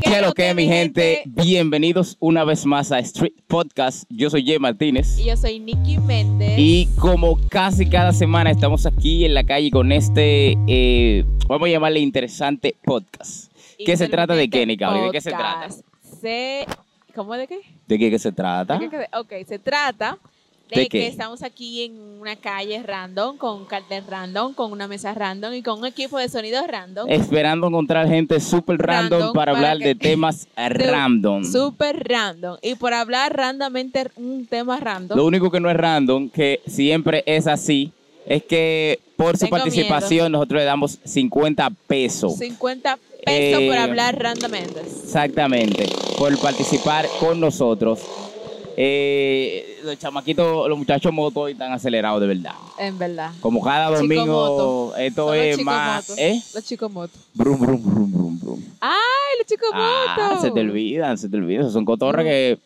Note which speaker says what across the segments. Speaker 1: que lo que, mi gente. Bienvenidos una vez más a Street Podcast. Yo soy Jay Martínez.
Speaker 2: Y yo soy Nicky Méndez.
Speaker 1: Y como casi cada semana estamos aquí en la calle con este, eh, vamos a llamarle interesante podcast. ¿Qué se trata de qué, Nicole? ¿De qué se trata?
Speaker 2: Se... ¿Cómo de qué?
Speaker 1: ¿De qué, qué se trata?
Speaker 2: ¿De qué- qué- ok, se trata de,
Speaker 1: ¿De qué?
Speaker 2: que estamos aquí en una calle random, con un cartel random, con una mesa random y con un equipo de sonidos random.
Speaker 1: Esperando encontrar gente súper random,
Speaker 2: Random
Speaker 1: para
Speaker 2: para
Speaker 1: hablar
Speaker 2: que-
Speaker 1: de temas random.
Speaker 2: Súper random. Y por hablar randommente un tema random.
Speaker 1: Lo único que no es random, que siempre es así, es que por su
Speaker 2: Tengo
Speaker 1: participación nosotros le damos 50 pesos.
Speaker 2: 50 pesos por
Speaker 1: Eh,
Speaker 2: hablar randommente.
Speaker 1: Exactamente, por participar con nosotros. Eh, los chamaquitos, los muchachos moto hoy están acelerados de verdad.
Speaker 2: En verdad.
Speaker 1: Como cada
Speaker 2: Chico
Speaker 1: domingo,
Speaker 2: moto.
Speaker 1: esto
Speaker 2: Son los
Speaker 1: es
Speaker 2: chicos
Speaker 1: más.
Speaker 2: motos.
Speaker 1: ¿Eh?
Speaker 2: Los chicos motos.
Speaker 1: Brum, brum, brum, brum, brum.
Speaker 2: ¡Ay, los chicos
Speaker 1: Ah,
Speaker 2: motos!
Speaker 1: se te olvidan, se te olvidan. Esos Son cotorras que,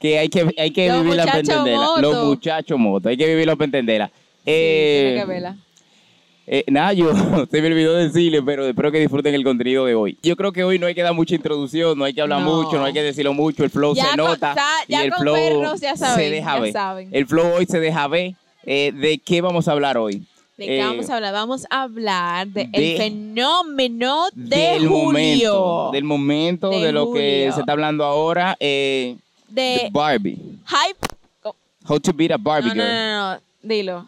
Speaker 1: que hay que, hay que
Speaker 2: Los
Speaker 1: vivirlas para
Speaker 2: muchachos
Speaker 1: entenderlas. Los
Speaker 2: moto.
Speaker 1: muchachos moto, hay que vivirlas para entenderlas.
Speaker 2: Sí,
Speaker 1: Eh,
Speaker 2: tiene que verla.
Speaker 1: eh, nada, yo se me olvidó decirle, pero espero que disfruten el contenido de hoy. Yo creo que hoy no hay que dar mucha introducción, no hay que hablar
Speaker 2: No.
Speaker 1: mucho, no hay que decirlo mucho, el flow
Speaker 2: Ya
Speaker 1: se
Speaker 2: con-
Speaker 1: nota
Speaker 2: sa-
Speaker 1: y
Speaker 2: ya
Speaker 1: el
Speaker 2: con
Speaker 1: flow
Speaker 2: perros ya
Speaker 1: se
Speaker 2: saben,
Speaker 1: deja
Speaker 2: ya
Speaker 1: ver.
Speaker 2: saben.
Speaker 1: El flow hoy se deja ver. Eh, ¿De qué vamos a hablar hoy?
Speaker 2: ¿De qué
Speaker 1: Eh,
Speaker 2: vamos a hablar? Vamos a hablar del
Speaker 1: de-
Speaker 2: fenómeno de
Speaker 1: del
Speaker 2: Julio.
Speaker 1: momento, del momento, de,
Speaker 2: De
Speaker 1: lo que
Speaker 2: Julio.
Speaker 1: se está hablando ahora, eh, de
Speaker 2: de
Speaker 1: Barbie.
Speaker 2: hype.
Speaker 1: How to beat a Barbie
Speaker 2: No, no,
Speaker 1: girl.
Speaker 2: no, no, dilo.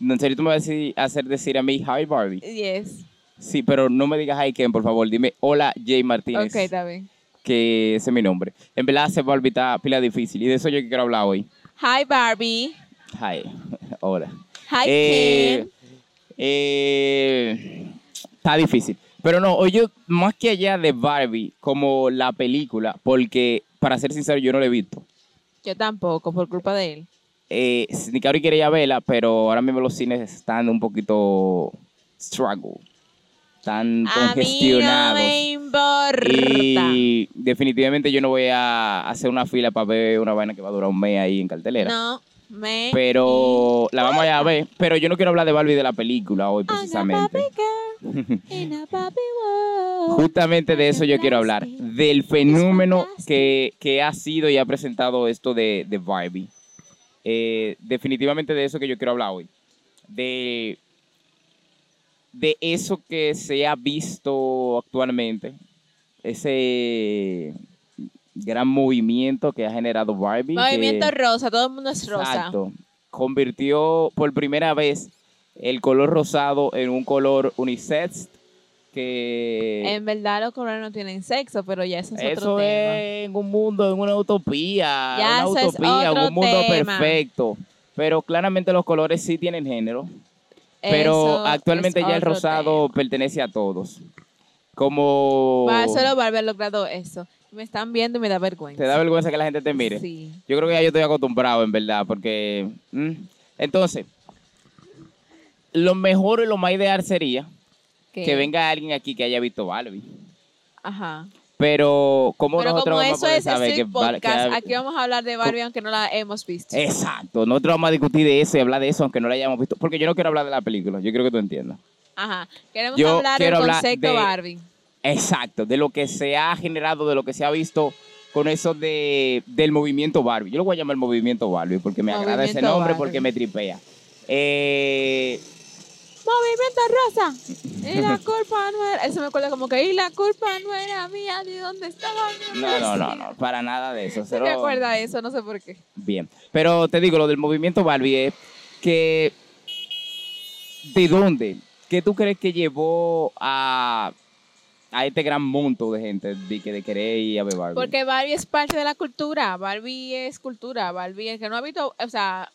Speaker 1: En serio, tú me vas a decir- hacer decir a mí, hi Barbie.
Speaker 2: Yes.
Speaker 1: Sí, pero no me digas hi Ken, por favor. Dime, hola Jay Martínez.
Speaker 2: Ok, está bien.
Speaker 1: que ese es mi nombre. En verdad se Barbie está pila difícil y de eso yo quiero hablar hoy.
Speaker 2: Hi Barbie.
Speaker 1: Hi, hola.
Speaker 2: Hi
Speaker 1: Eh,
Speaker 2: Ken.
Speaker 1: eh, está difícil. Pero no, oye, más que allá de Barbie, como la película, porque para ser sincero yo no la he visto.
Speaker 2: Yo tampoco, por culpa de él.
Speaker 1: Eh, Nicari quiere ya verla, pero ahora mismo los cines están un poquito struggle. Están
Speaker 2: A mí no
Speaker 1: congestionados.
Speaker 2: me importa.
Speaker 1: Y definitivamente yo no voy a hacer una fila para ver una vaina que va a durar un mes ahí en cartelera.
Speaker 2: No me
Speaker 1: Pero la vamos a ver. Pero yo no quiero hablar de Barbie de la película hoy
Speaker 2: I'm a
Speaker 1: precisamente.
Speaker 2: Barbie girl in a Barbie world.
Speaker 1: Justamente de eso yo quiero hablar. Del fenómeno que, que ha sido y ha presentado esto de, de Barbie. Eh, definitivamente de eso que yo quiero hablar hoy. De, de eso que se ha visto actualmente. Ese gran movimiento que ha generado Barbie. que-
Speaker 2: Movimiento rosa, todo el mundo es rosa.
Speaker 1: Exacto. Convirtió por primera vez el color rosado en un color unisex que
Speaker 2: En verdad los colores no tienen sexo, pero ya eso es otro
Speaker 1: eso
Speaker 2: tema.
Speaker 1: es en un mundo, en una utopía,
Speaker 2: Ya eso
Speaker 1: una
Speaker 2: es
Speaker 1: utopía, en
Speaker 2: otro
Speaker 1: un mundo
Speaker 2: tema.
Speaker 1: perfecto. Pero claramente los colores sí tienen género, pero
Speaker 2: Eso
Speaker 1: actualmente
Speaker 2: es
Speaker 1: ya el
Speaker 2: otro
Speaker 1: rosado pertenece a todos. Como
Speaker 2: tema. Va, solo Barbie ha logrado eso. Me están viendo y me da vergüenza.
Speaker 1: te da vergüenza que la gente te mire.
Speaker 2: Sí.
Speaker 1: Yo creo que ya yo estoy acostumbrado, en verdad, porque... mm, entonces, lo mejor y lo más ideal sería
Speaker 2: ¿Qué?
Speaker 1: que venga alguien aquí que haya visto Barbie.
Speaker 2: Ajá.
Speaker 1: Pero, ¿cómo
Speaker 2: Pero
Speaker 1: nosotros
Speaker 2: como
Speaker 1: vamos
Speaker 2: eso
Speaker 1: a poder
Speaker 2: es
Speaker 1: saber
Speaker 2: Street
Speaker 1: que, Bar-
Speaker 2: Podcast,
Speaker 1: que ha-
Speaker 2: aquí vamos a hablar de Barbie aunque no la hemos visto.
Speaker 1: Exacto, nosotros vamos a discutir de eso y hablar de eso, aunque no lo hayamos visto. Porque yo no quiero hablar de la película, yo quiero que tú entiendas.
Speaker 2: Ajá. Queremos
Speaker 1: Yo
Speaker 2: hablar del
Speaker 1: quiero hablar
Speaker 2: concepto
Speaker 1: de-
Speaker 2: Barbie.
Speaker 1: Exacto, de lo que se ha generado, de lo que se ha visto con eso de, del movimiento Barbie. Yo lo voy a llamar movimiento Barbie porque me agrada ese
Speaker 2: Movimiento
Speaker 1: nombre,
Speaker 2: Barbie.
Speaker 1: porque me tripea. Eh,
Speaker 2: Movimiento rosa. Y la culpa no era. Eso me acuerda como que. Y la culpa no era mía. ¿De dónde estaba?
Speaker 1: no, no, no, no, para nada de eso.
Speaker 2: Se
Speaker 1: cero-
Speaker 2: me acuerda de eso, no sé por qué.
Speaker 1: Bien, pero te digo, lo del movimiento Barbie es que... ¿De dónde? ¿Qué tú crees que llevó a, a este gran monto de gente de, que de querer ir a ver Barbie?
Speaker 2: Porque Barbie es parte de la cultura, Barbie es cultura, Barbie el que no ha visto, o sea,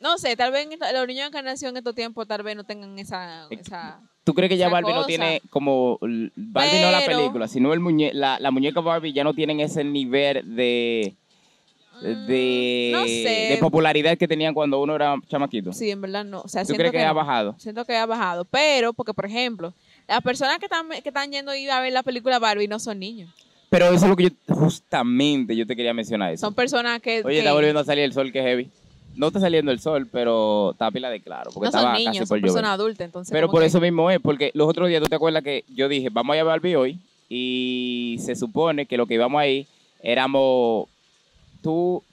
Speaker 2: no sé, tal vez los niños que nacieron en estos tiempos tal vez no tengan esa,
Speaker 1: Eh,
Speaker 2: esa
Speaker 1: ¿Tú crees que ya
Speaker 2: esa
Speaker 1: Barbie no
Speaker 2: cosa.
Speaker 1: tiene como... l- Barbie no la
Speaker 2: Pero-
Speaker 1: película, sino el muñe la, la muñeca Barbie ya no tienen ese nivel de... De,
Speaker 2: Mm, no sé.
Speaker 1: de popularidad que tenían cuando uno era chamaquito.
Speaker 2: sí, en verdad no, o sea,
Speaker 1: ¿Tú
Speaker 2: siento
Speaker 1: crees que,
Speaker 2: que
Speaker 1: ha
Speaker 2: no.
Speaker 1: bajado?
Speaker 2: siento que ha bajado, pero porque por ejemplo, las personas que están que están yendo y a ver la película Barbie no son niños,
Speaker 1: Pero eso es lo que yo... Justamente yo te quería mencionar eso.
Speaker 2: son personas que,
Speaker 1: Oye,
Speaker 2: que
Speaker 1: está volviendo a salir el sol, que heavy. No está saliendo el sol, pero está pila de claro, porque
Speaker 2: no son
Speaker 1: estaba
Speaker 2: niños,
Speaker 1: casi por
Speaker 2: son
Speaker 1: llover.
Speaker 2: personas adultas, entonces
Speaker 1: Pero
Speaker 2: como
Speaker 1: por
Speaker 2: que-
Speaker 1: eso mismo es, porque los otros días tú te acuerdas que yo dije, vamos a ir a Barbie hoy, y se supone que lo que íbamos ahí éramos tú,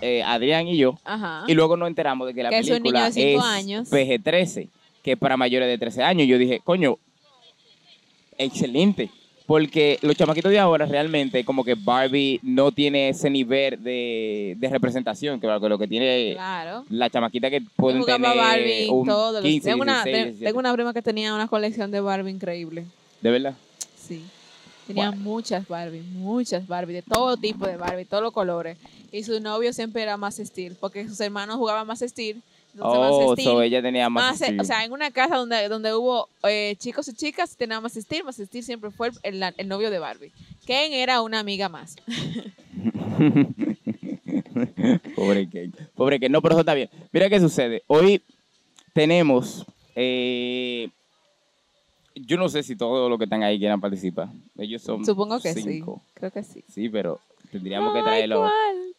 Speaker 1: eh, Adrián y yo.
Speaker 2: Ajá.
Speaker 1: Y luego nos enteramos de que la
Speaker 2: Que es un
Speaker 1: película
Speaker 2: niño de cinco
Speaker 1: es
Speaker 2: años.
Speaker 1: PG-13, que es para mayores de 13 años. Y Yo dije, coño, excelente. Porque los chamaquitos de ahora realmente como que Barbie no tiene ese nivel de, de representación, que lo que tiene
Speaker 2: Claro.
Speaker 1: la chamaquita que pueden
Speaker 2: Yo jugaba
Speaker 1: tener
Speaker 2: Barbie,
Speaker 1: un
Speaker 2: todos los-
Speaker 1: 15,
Speaker 2: tengo, una,
Speaker 1: 16,
Speaker 2: te-
Speaker 1: 17.
Speaker 2: tengo una prima que tenía una colección de Barbie increíble.
Speaker 1: De verdad.
Speaker 2: Sí. Tenía muchas Barbie, muchas Barbie, de todo tipo de Barbie, todos los colores. Y su novio siempre era más Steel, porque sus hermanos jugaban más Steel. Entonces
Speaker 1: Oh,
Speaker 2: Mass Steel,
Speaker 1: so ella tenía más...
Speaker 2: Mass-
Speaker 1: estilo.
Speaker 2: eh, O sea, en una casa donde, donde hubo eh, chicos y chicas, tenía más Steel. Más Steel siempre fue el, el- el novio de Barbie. Ken era una amiga más.
Speaker 1: Pobre que, pobre que, no, pero eso está bien. Mira qué sucede. Hoy tenemos, eh, yo no sé si todos los que están ahí quieran participar. Ellos son
Speaker 2: Supongo que
Speaker 1: cinco.
Speaker 2: sí. Creo que sí.
Speaker 1: Sí, pero tendríamos que
Speaker 2: Ay,
Speaker 1: traerlo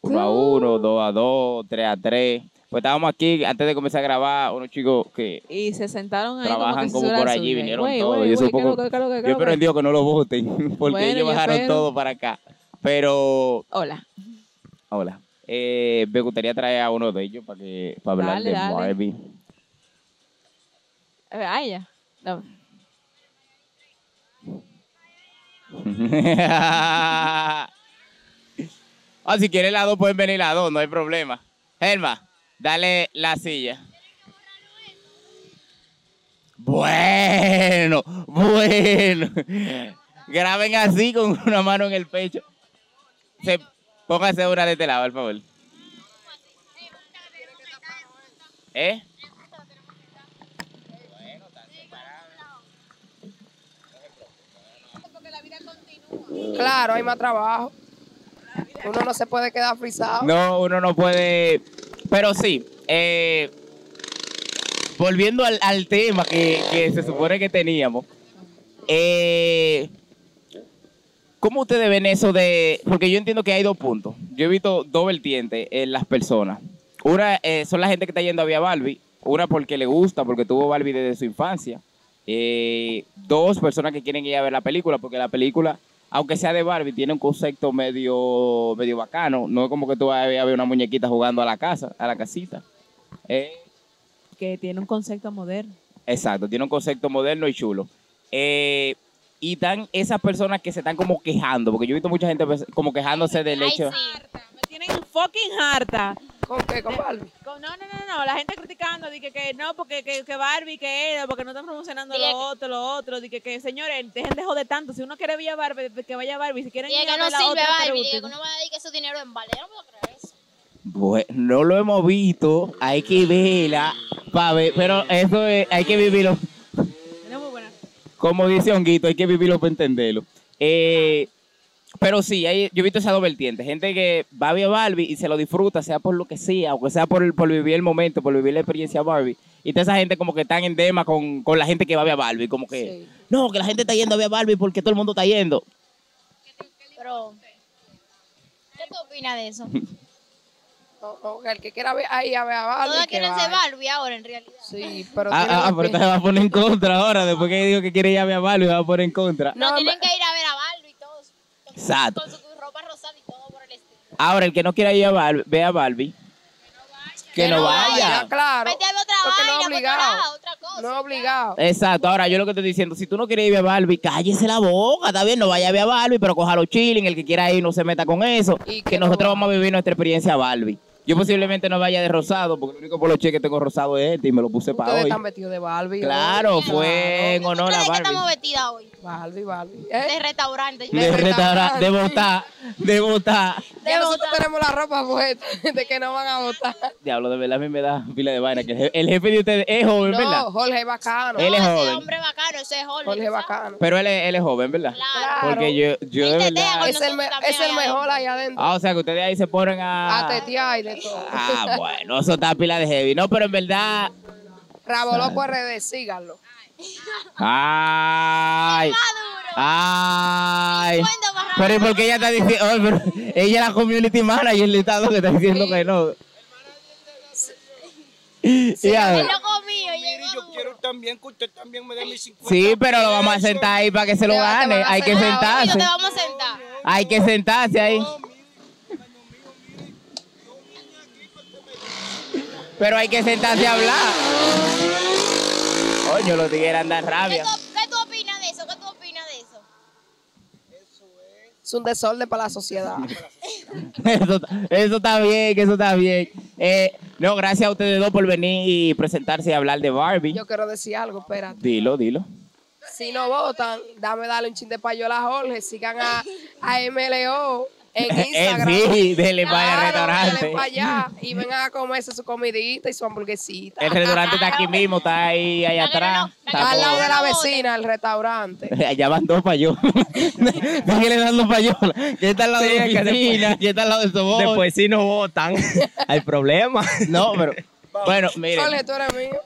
Speaker 2: ¿cuál?
Speaker 1: uno a uno, dos a dos, tres a tres. Pues estábamos aquí antes de comenzar a grabar unos chicos que
Speaker 2: Y se sentaron ahí.
Speaker 1: Trabajan
Speaker 2: que
Speaker 1: como
Speaker 2: eso era
Speaker 1: por allí,
Speaker 2: suyo.
Speaker 1: vinieron
Speaker 2: Güey,
Speaker 1: todos,
Speaker 2: güey,
Speaker 1: y eso
Speaker 2: güey,
Speaker 1: un poco-
Speaker 2: ¿qué es lo que- qué es lo que- qué
Speaker 1: yo
Speaker 2: es lo
Speaker 1: espero
Speaker 2: que-
Speaker 1: en Dios que no los voten porque
Speaker 2: Bueno,
Speaker 1: ellos
Speaker 2: yo
Speaker 1: bajaron
Speaker 2: espero.
Speaker 1: todo para acá. Pero
Speaker 2: Hola.
Speaker 1: Hola. Eh, me gustaría traer a uno de ellos para que para hablar
Speaker 2: Dale,
Speaker 1: de
Speaker 2: dale.
Speaker 1: Barbie.
Speaker 2: Eh, Ah, ya. No.
Speaker 1: ah, Oh, si quieren las dos, pueden venir las dos, no hay problema. Germa, dale la silla. Bueno, bueno. Graben así con una mano en el pecho. Se, póngase una de este lado, por favor. ¿Eh?
Speaker 3: Claro, hay más trabajo. Uno no se puede quedar frisado.
Speaker 1: No, uno no puede. Pero sí, eh, volviendo al, al tema que, que se supone que teníamos. eh, ¿Cómo ustedes ven eso de.? Porque yo entiendo que hay dos puntos. Yo he visto dos vertientes en las personas. Una eh, son la gente que está yendo a Vía Barbie. Una porque le gusta, porque tuvo Barbie desde su infancia. Eh, dos personas que quieren ir a ver la película, porque la película, aunque sea de Barbie, tiene un concepto medio, medio bacano. No es como que tú vas a ver a ver una muñequita jugando a la casa, a la casita. Eh,
Speaker 2: Que tiene un concepto moderno.
Speaker 1: Exacto, tiene un concepto moderno y chulo. Eh, y están esas personas que se están como quejando, porque yo he visto mucha gente pues, como quejándose del hecho.
Speaker 2: Harta, me tienen fucking harta.
Speaker 3: ¿Con qué? ¿Con Barbie?
Speaker 2: Con- No, no, no, no, la gente criticando, dije que no, porque que, que Barbie, que era, porque no están promocionando
Speaker 4: Dije
Speaker 2: lo otro, lo otro, dije que señores, dejen de joder tanto, si uno quiere ver a Barbie, que vaya a Barbie, si quieren
Speaker 4: Y es
Speaker 2: ir a
Speaker 4: que no
Speaker 2: ver la
Speaker 4: sirve
Speaker 2: otra,
Speaker 4: Barbie,
Speaker 2: pero
Speaker 4: dije que
Speaker 2: útil.
Speaker 4: uno va a dedicar su dinero en balde, yo no puedo creer eso.
Speaker 1: Bueno, no lo hemos visto, hay que verla, pa' ver, pero eso es- hay que vivirlo.
Speaker 2: No, muy buena.
Speaker 1: Como dice Honguito, hay que vivirlo para entenderlo. Eh, pero sí, hay- yo he visto esas dos vertientes. Gente que va a ver a Barbie y se lo disfruta, sea por lo que sea, aunque sea por, el- por vivir el momento, por vivir la experiencia Barbie. Y toda esa gente como que están en dema con, con la gente que va a ver a Barbie, como que... No, que la gente está yendo a ver a Barbie porque todo el mundo está yendo.
Speaker 4: Pero, ¿qué tú opinas de eso?
Speaker 3: O, o que el que quiera ver ahí a ver a Barbie.
Speaker 4: Todos
Speaker 3: que
Speaker 4: quieren ser Barbie ahora, en realidad.
Speaker 3: Sí, pero.
Speaker 1: Ah,
Speaker 3: tiene
Speaker 1: ah, ah,
Speaker 3: dos
Speaker 1: pero te
Speaker 3: pies.
Speaker 1: va a poner en contra ahora. Después que digo que quiere ir a ver a Barbie, va a poner en contra.
Speaker 4: No,
Speaker 3: No,
Speaker 4: tienen
Speaker 3: ba-
Speaker 4: que ir a ver a Barbie y todos. con-
Speaker 1: Exacto.
Speaker 4: Con su ropa rosada y todo por el estilo.
Speaker 1: Ahora, el que no quiera ir a Barbie, ve a Barbie. Que no vaya.
Speaker 3: Claro.
Speaker 4: Vete a ver otra
Speaker 3: porque no es
Speaker 4: vaina, por otro
Speaker 3: obligado.
Speaker 4: lado, otra cosa.
Speaker 3: No
Speaker 4: ya.
Speaker 3: es obligado.
Speaker 1: Exacto. Ahora, yo lo que estoy diciendo, si tú no quieres ir a ver a Barbie, cállese la boca. Está bien, no vaya a ver a Barbie, pero cójalo chilling. El que quiera ir no se meta con eso.
Speaker 3: Y
Speaker 1: Que
Speaker 3: que no
Speaker 1: nosotros
Speaker 3: va.
Speaker 1: vamos a vivir nuestra experiencia Barbie. Yo posiblemente no vaya de rosado, porque el único poloche que tengo rosado es este y me lo puse para
Speaker 3: Ustedes
Speaker 1: hoy.
Speaker 3: están vestidos de Barbie.
Speaker 1: Claro,
Speaker 3: Barbie,
Speaker 1: fue en
Speaker 4: ¿Tú
Speaker 1: honor
Speaker 4: crees
Speaker 1: a
Speaker 4: que
Speaker 1: Barbie.
Speaker 4: estamos vestidas hoy?
Speaker 3: Barbie, Barbie.
Speaker 4: De
Speaker 3: ¿Eh?
Speaker 4: restaurante.
Speaker 1: de
Speaker 3: De
Speaker 1: restaurar,
Speaker 3: restaurar.
Speaker 1: de votar, de votar.
Speaker 3: Ya
Speaker 4: de
Speaker 3: nosotros
Speaker 4: votar.
Speaker 3: tenemos la ropa puesta de que no van a votar.
Speaker 1: Diablo, de verdad a mí me da pila de vaina. Que el, je- el jefe de ustedes es joven, Pues, ¿verdad?
Speaker 3: No, Jorge es bacano.
Speaker 1: Él es
Speaker 4: ese
Speaker 1: joven.
Speaker 4: hombre bacano, ese es Jorge.
Speaker 3: Jorge es
Speaker 4: ¿sabes?
Speaker 3: bacano.
Speaker 1: Pero él, es- él es joven, ¿verdad?
Speaker 4: Claro.
Speaker 3: Claro.
Speaker 1: Porque yo, yo de
Speaker 4: Él tetea
Speaker 1: verdad.
Speaker 4: con
Speaker 3: Es el, me-
Speaker 4: nosotros
Speaker 3: es el
Speaker 4: también ahí
Speaker 3: mejor ahí adentro.
Speaker 1: Ah, o sea que ustedes ahí se ponen a.
Speaker 3: A tetear y de todo.
Speaker 1: Ah, bueno, eso está pila de heavy. No, pero en verdad. Ah.
Speaker 3: Raboloco RD, síganlo.
Speaker 1: Ay. Ay.
Speaker 4: Cuento para
Speaker 1: Pero ¿y por qué ella está diciendo? Ay, pero ella es la community manager del estado que está diciendo que no.
Speaker 3: Sí,
Speaker 1: Ya.
Speaker 4: El loco mío llegó duro.
Speaker 5: también, que usted también me dé mis 50
Speaker 1: Sí, pero lo vamos a
Speaker 5: pesos.
Speaker 1: sentar ahí para que se lo
Speaker 3: Te va- te
Speaker 1: gane.
Speaker 3: van a
Speaker 1: Hay que
Speaker 3: sentar.
Speaker 4: Ay, no
Speaker 1: sentarse.
Speaker 4: te vamos a sentar.
Speaker 1: Hay que sentarse ahí.
Speaker 5: No, mire, hermano mío, mire, yo vine aquí porque me
Speaker 1: Pero hay que sentarse a hablar. Coño, los tigres andan
Speaker 4: ¿Qué
Speaker 1: rabia.
Speaker 4: tú, qué tú opinas de eso? ¿Qué tú opinas de eso?
Speaker 3: Es un desorden para la sociedad.
Speaker 1: Eso, ta- eso está bien, eso está bien. Eh, no, gracias a ustedes dos por venir y presentarse y hablar de Barbie.
Speaker 3: Yo quiero decir algo, espérate.
Speaker 1: Dilo, dilo.
Speaker 3: Si no votan, dame dale un chin de payola a Jorge. Sigan a, a MLO en
Speaker 1: Eh,
Speaker 3: Instagram.
Speaker 1: sí, dele para el
Speaker 3: Claro, dale
Speaker 1: restaurante.
Speaker 3: para allá y vengan a comerse su comidita y su hamburguesita.
Speaker 1: El restaurante está aquí mismo, está ahí, ahí
Speaker 4: No, no,
Speaker 1: atrás.
Speaker 4: no,
Speaker 1: Está
Speaker 3: Al lado
Speaker 1: por-
Speaker 3: de la
Speaker 4: No voten.
Speaker 3: vecina, el restaurante.
Speaker 1: Allá van dos payolas. Déjenle dar dos payolas. Que está al lado
Speaker 6: Sí,
Speaker 1: de la
Speaker 6: es que después-
Speaker 1: oficina, que está al lado de Sobón.
Speaker 6: Después si no votan, hay problema.
Speaker 1: No, pero. Bueno, miren.
Speaker 3: Jorge, tú eres mío.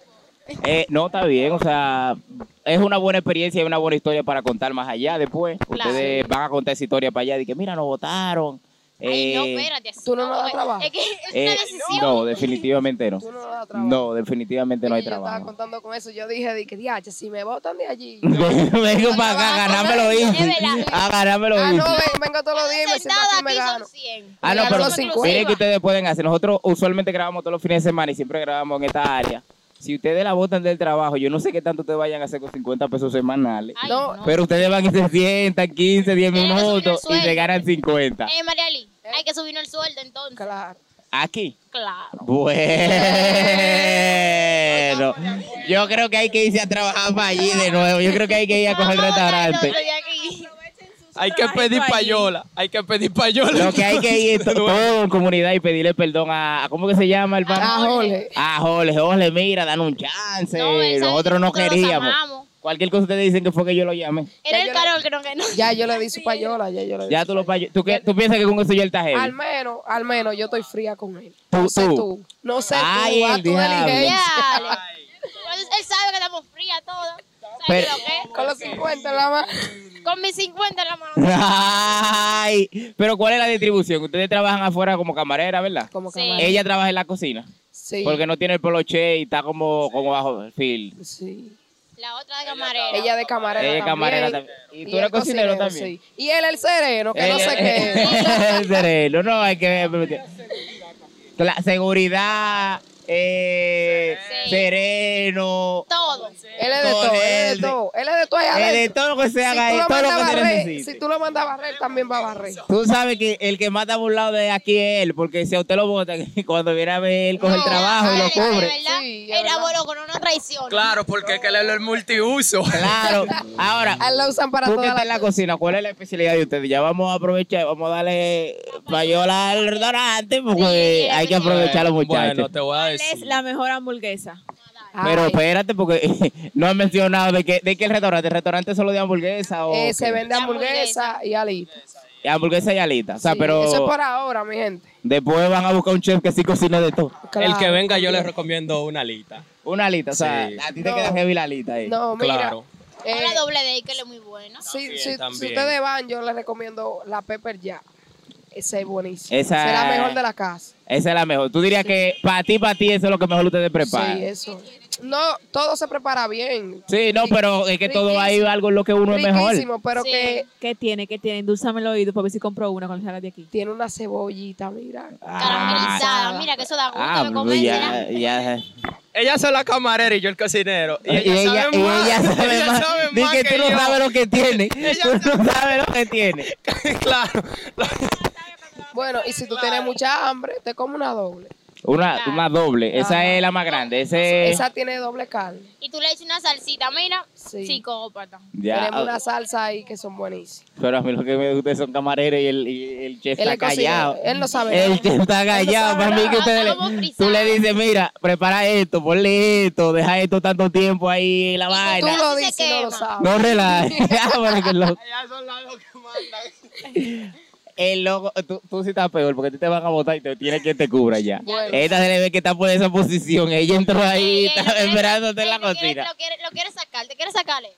Speaker 1: Eh, no, está bien, o sea, es una buena experiencia y una buena historia para contar más allá después.
Speaker 4: Claro.
Speaker 1: Ustedes van a contar esa historia para allá de que, mira, nos votaron.
Speaker 4: Ay, no,
Speaker 1: Eh,
Speaker 4: espérate. así
Speaker 3: ¿tú no me das
Speaker 4: es-
Speaker 3: trabajo?
Speaker 4: Es que es
Speaker 1: eh,
Speaker 4: una decisión.
Speaker 1: no, definitivamente no.
Speaker 3: Tú no das trabajo.
Speaker 1: No, definitivamente no hay
Speaker 3: yo estaba
Speaker 1: trabajo.
Speaker 3: contando con eso. Yo dije, dije, diache, si me votan de allí.
Speaker 1: Vengo
Speaker 4: No
Speaker 1: para acá,
Speaker 4: trabajo,
Speaker 1: ganármelo easy.
Speaker 4: llévela.
Speaker 1: A ganármelo
Speaker 3: Ah, no,
Speaker 1: easy.
Speaker 3: ven- vengo todos los días y me siento
Speaker 4: Sentada
Speaker 3: aquí y me
Speaker 4: aquí
Speaker 3: gano.
Speaker 4: son 100.
Speaker 1: Ah, no,
Speaker 3: Llegaron
Speaker 1: pero
Speaker 3: los cincuenta.
Speaker 1: miren que ustedes pueden hacer. Nosotros usualmente grabamos todos los fines de semana y siempre grabamos en esta área. Si ustedes la votan del trabajo, yo no sé qué tanto ustedes vayan a hacer con 50 pesos semanales.
Speaker 4: Ay,
Speaker 3: No,
Speaker 4: no.
Speaker 1: Pero ustedes van y se sientan 15, 10
Speaker 4: Tienen que subir el
Speaker 1: minutos y se
Speaker 4: sueldo.
Speaker 1: ganan 50.
Speaker 4: Eh, Mariali, hay que subirnos el sueldo entonces.
Speaker 3: Claro.
Speaker 4: Claro.
Speaker 1: Aquí. Bueno. Yo creo que hay que irse a trabajar para allí de nuevo. Yo creo que hay que ir a coger el
Speaker 4: Vamos a votar
Speaker 1: restaurante.
Speaker 4: entonces de aquí.
Speaker 6: Hay que pedir payola, hay que pedir payola.
Speaker 1: Lo que hay que ir to- todo en comunidad y pedirle perdón a, a- ¿cómo que se llama el
Speaker 3: A
Speaker 1: pan?
Speaker 3: Ah, Jorge.
Speaker 1: A Jorge, Jorge, Ah, mira, dan un chance.
Speaker 4: No, él sabe
Speaker 1: Nosotros
Speaker 4: que
Speaker 1: no
Speaker 4: nosotros los
Speaker 1: queríamos.
Speaker 4: amamos.
Speaker 1: Cualquier cosa ustedes dicen que fue que yo lo llamé.
Speaker 4: Era
Speaker 3: Ya
Speaker 4: el
Speaker 3: yo la-
Speaker 4: Carol que no, que no.
Speaker 3: Ya yo le di su payola, ya yo le di.
Speaker 1: Ya tú lo payo- ¿Tú, qué- tú piensas que con eso yo el
Speaker 3: Al
Speaker 1: tajero?
Speaker 3: menos, al menos yo estoy fría con él.
Speaker 1: Tú,
Speaker 3: no sé
Speaker 1: tú.
Speaker 3: tú. No sé
Speaker 1: Ay,
Speaker 3: tú, a
Speaker 1: el
Speaker 3: tu
Speaker 1: diablo.
Speaker 3: diligencia.
Speaker 4: Ya. Entonces, él sabe que estamos frías todas. ¿Sabes
Speaker 1: Pero-
Speaker 4: lo que?
Speaker 3: Con los 50 en la mano.
Speaker 4: es? Con mis 50 en la mano.
Speaker 1: Ay, pero ¿cuál es la distribución? Ustedes trabajan afuera como camarera, ¿verdad?
Speaker 3: Como
Speaker 4: Sí.
Speaker 3: camarero.
Speaker 1: Ella trabaja en la cocina.
Speaker 3: Sí.
Speaker 1: Porque no tiene el poloche y está como, como bajo perfil.
Speaker 3: sí.
Speaker 4: La otra de camarera.
Speaker 3: Ella de camarera.
Speaker 1: Ella es camarera también. Y tú eres
Speaker 3: él
Speaker 1: cocinero también.
Speaker 3: sí. Y él el sereno, que no
Speaker 1: Eh,
Speaker 3: sé qué.
Speaker 1: eh, el cerebro, no, hay que ver. La seguridad, eh,
Speaker 4: Sí.
Speaker 1: sereno,
Speaker 4: Todo.
Speaker 3: Él es de todo, él es de todo. Él es de todo allá
Speaker 1: eh, de
Speaker 3: adentro.
Speaker 1: todo lo que se
Speaker 3: Si
Speaker 1: haga
Speaker 3: tú
Speaker 1: ahí,
Speaker 3: lo
Speaker 1: todo lo
Speaker 3: mandas
Speaker 1: que
Speaker 3: a
Speaker 1: se
Speaker 3: barrer,
Speaker 1: necesite.
Speaker 3: Si tú lo mandas a barrer, también va a barrer.
Speaker 1: Tú sabes que el que mata burlado de aquí es él, porque si a usted lo votan, cuando viene a ver, él coge el
Speaker 4: No,
Speaker 1: trabajo y
Speaker 4: es
Speaker 1: lo
Speaker 4: verdad,
Speaker 1: cubre.
Speaker 4: es verdad.
Speaker 3: Sí, es
Speaker 4: Él
Speaker 3: verdad.
Speaker 4: abuelo con una traición.
Speaker 6: Claro, porque es que le el multiuso.
Speaker 1: Claro. Ahora,
Speaker 3: A él lo usan para
Speaker 1: tú que
Speaker 3: toda
Speaker 1: estás
Speaker 3: la
Speaker 1: en la cocina, ¿cuál es la especialidad de ustedes? Ya vamos a aprovechar, vamos a darle payola al restaurante, porque
Speaker 4: Sí,
Speaker 1: hay que
Speaker 4: sí.
Speaker 1: aprovechar los muchachos.
Speaker 6: Bueno, te voy a
Speaker 2: ¿Cuál es
Speaker 6: decir.
Speaker 2: la mejor hamburguesa?
Speaker 1: Pero
Speaker 3: Ay,
Speaker 1: espérate, porque no has mencionado de qué de qué el restaurante. ¿El restaurante es solo de hamburguesa o
Speaker 3: eh,
Speaker 1: qué?
Speaker 3: se vende
Speaker 4: La
Speaker 3: hamburguesa y alita.
Speaker 1: hamburguesa y alita? O sea,
Speaker 3: Sí,
Speaker 1: pero
Speaker 3: Eso es por ahora, mi gente.
Speaker 1: después van a buscar un chef que sí cocina de todo.
Speaker 6: El que
Speaker 3: Claro.
Speaker 6: venga yo le recomiendo una alita.
Speaker 1: Una alita, o sea,
Speaker 6: Sí.
Speaker 1: a ti te
Speaker 3: No.
Speaker 1: queda heavy la alita ahí.
Speaker 3: No, mira.
Speaker 6: Claro.
Speaker 3: eh,
Speaker 4: Ahora doble de que él es muy buena.
Speaker 3: si,
Speaker 6: También,
Speaker 3: si- si
Speaker 6: también.
Speaker 3: ustedes van, yo les recomiendo la Pepper Ya. Esa es buenísima.
Speaker 1: Esa-
Speaker 3: Esa es la mejor de la casa.
Speaker 1: Esa es la mejor. Tú dirías que para ti, para ti, eso es lo que mejor ustedes preparan.
Speaker 3: Sí, eso. No, todo se prepara bien.
Speaker 1: Sí, no, pero es que todo hay algo en lo que uno es mejor.
Speaker 3: Riquísimo, pero
Speaker 4: Sí.
Speaker 3: que
Speaker 2: ¿Qué tiene? ¿Qué tiene? Endulzame el oído para ver si compro una cuando salga de aquí.
Speaker 3: tiene una cebollita, mira.
Speaker 1: Ah,
Speaker 4: Caramelizada. Mira que eso da gusto
Speaker 1: ah,
Speaker 4: de
Speaker 1: pues
Speaker 4: comer.
Speaker 1: ya,
Speaker 4: ¿verdad?
Speaker 1: ya.
Speaker 6: Ella es la camarera y yo el cocinero. Y
Speaker 1: Y
Speaker 6: ella, sabe
Speaker 1: y
Speaker 6: más,
Speaker 1: ella sabe
Speaker 6: ella
Speaker 1: más.
Speaker 6: sabe
Speaker 1: Di
Speaker 6: más
Speaker 1: que tú no
Speaker 6: yo.
Speaker 1: sabes lo que tiene. Tú no sabes lo que tiene.
Speaker 6: claro.
Speaker 3: Bueno, y si tú tienes mucha hambre, te comes una doble.
Speaker 1: Una, una doble, esa
Speaker 3: Ah.
Speaker 1: es la más grande, ese
Speaker 3: Esa tiene doble carne.
Speaker 4: Y tú le echas una salsita, mira.
Speaker 3: Sí.
Speaker 4: Psicópata.
Speaker 1: ya,
Speaker 3: Tenemos una salsa ahí que son buenísimas.
Speaker 1: pero a mí lo que me gusta son camareros y el, y el chef
Speaker 3: Él
Speaker 1: está
Speaker 3: es cocinero,
Speaker 1: callado.
Speaker 3: él no sabe
Speaker 1: El
Speaker 3: nada.
Speaker 1: chef está callado, para mí que ustedes
Speaker 4: Está como
Speaker 1: le,
Speaker 4: frisado.
Speaker 1: tú le dices, mira, prepara esto, ponle esto, deja esto tanto tiempo ahí la
Speaker 3: Tú
Speaker 1: vaina.
Speaker 3: lo
Speaker 4: se
Speaker 3: dices y no lo
Speaker 4: quema.
Speaker 3: sabes.
Speaker 1: No relajes. Ah, bueno, que lo-
Speaker 5: Allá son las dos que mandan.
Speaker 1: el loco, tú, tú sí estás peor porque a ti te van a votar y te tienes quien te cubra ya.
Speaker 3: Bueno.
Speaker 1: Esta se le ve que está por esa posición. Ella entró ahí,
Speaker 4: Ey, ey,
Speaker 1: estaba
Speaker 4: lo quiere-
Speaker 1: esperándote en
Speaker 4: ey,
Speaker 1: la
Speaker 4: lo quiere-
Speaker 1: cocina.
Speaker 4: Lo quiere, lo quiere sacar, te quiere sacarle.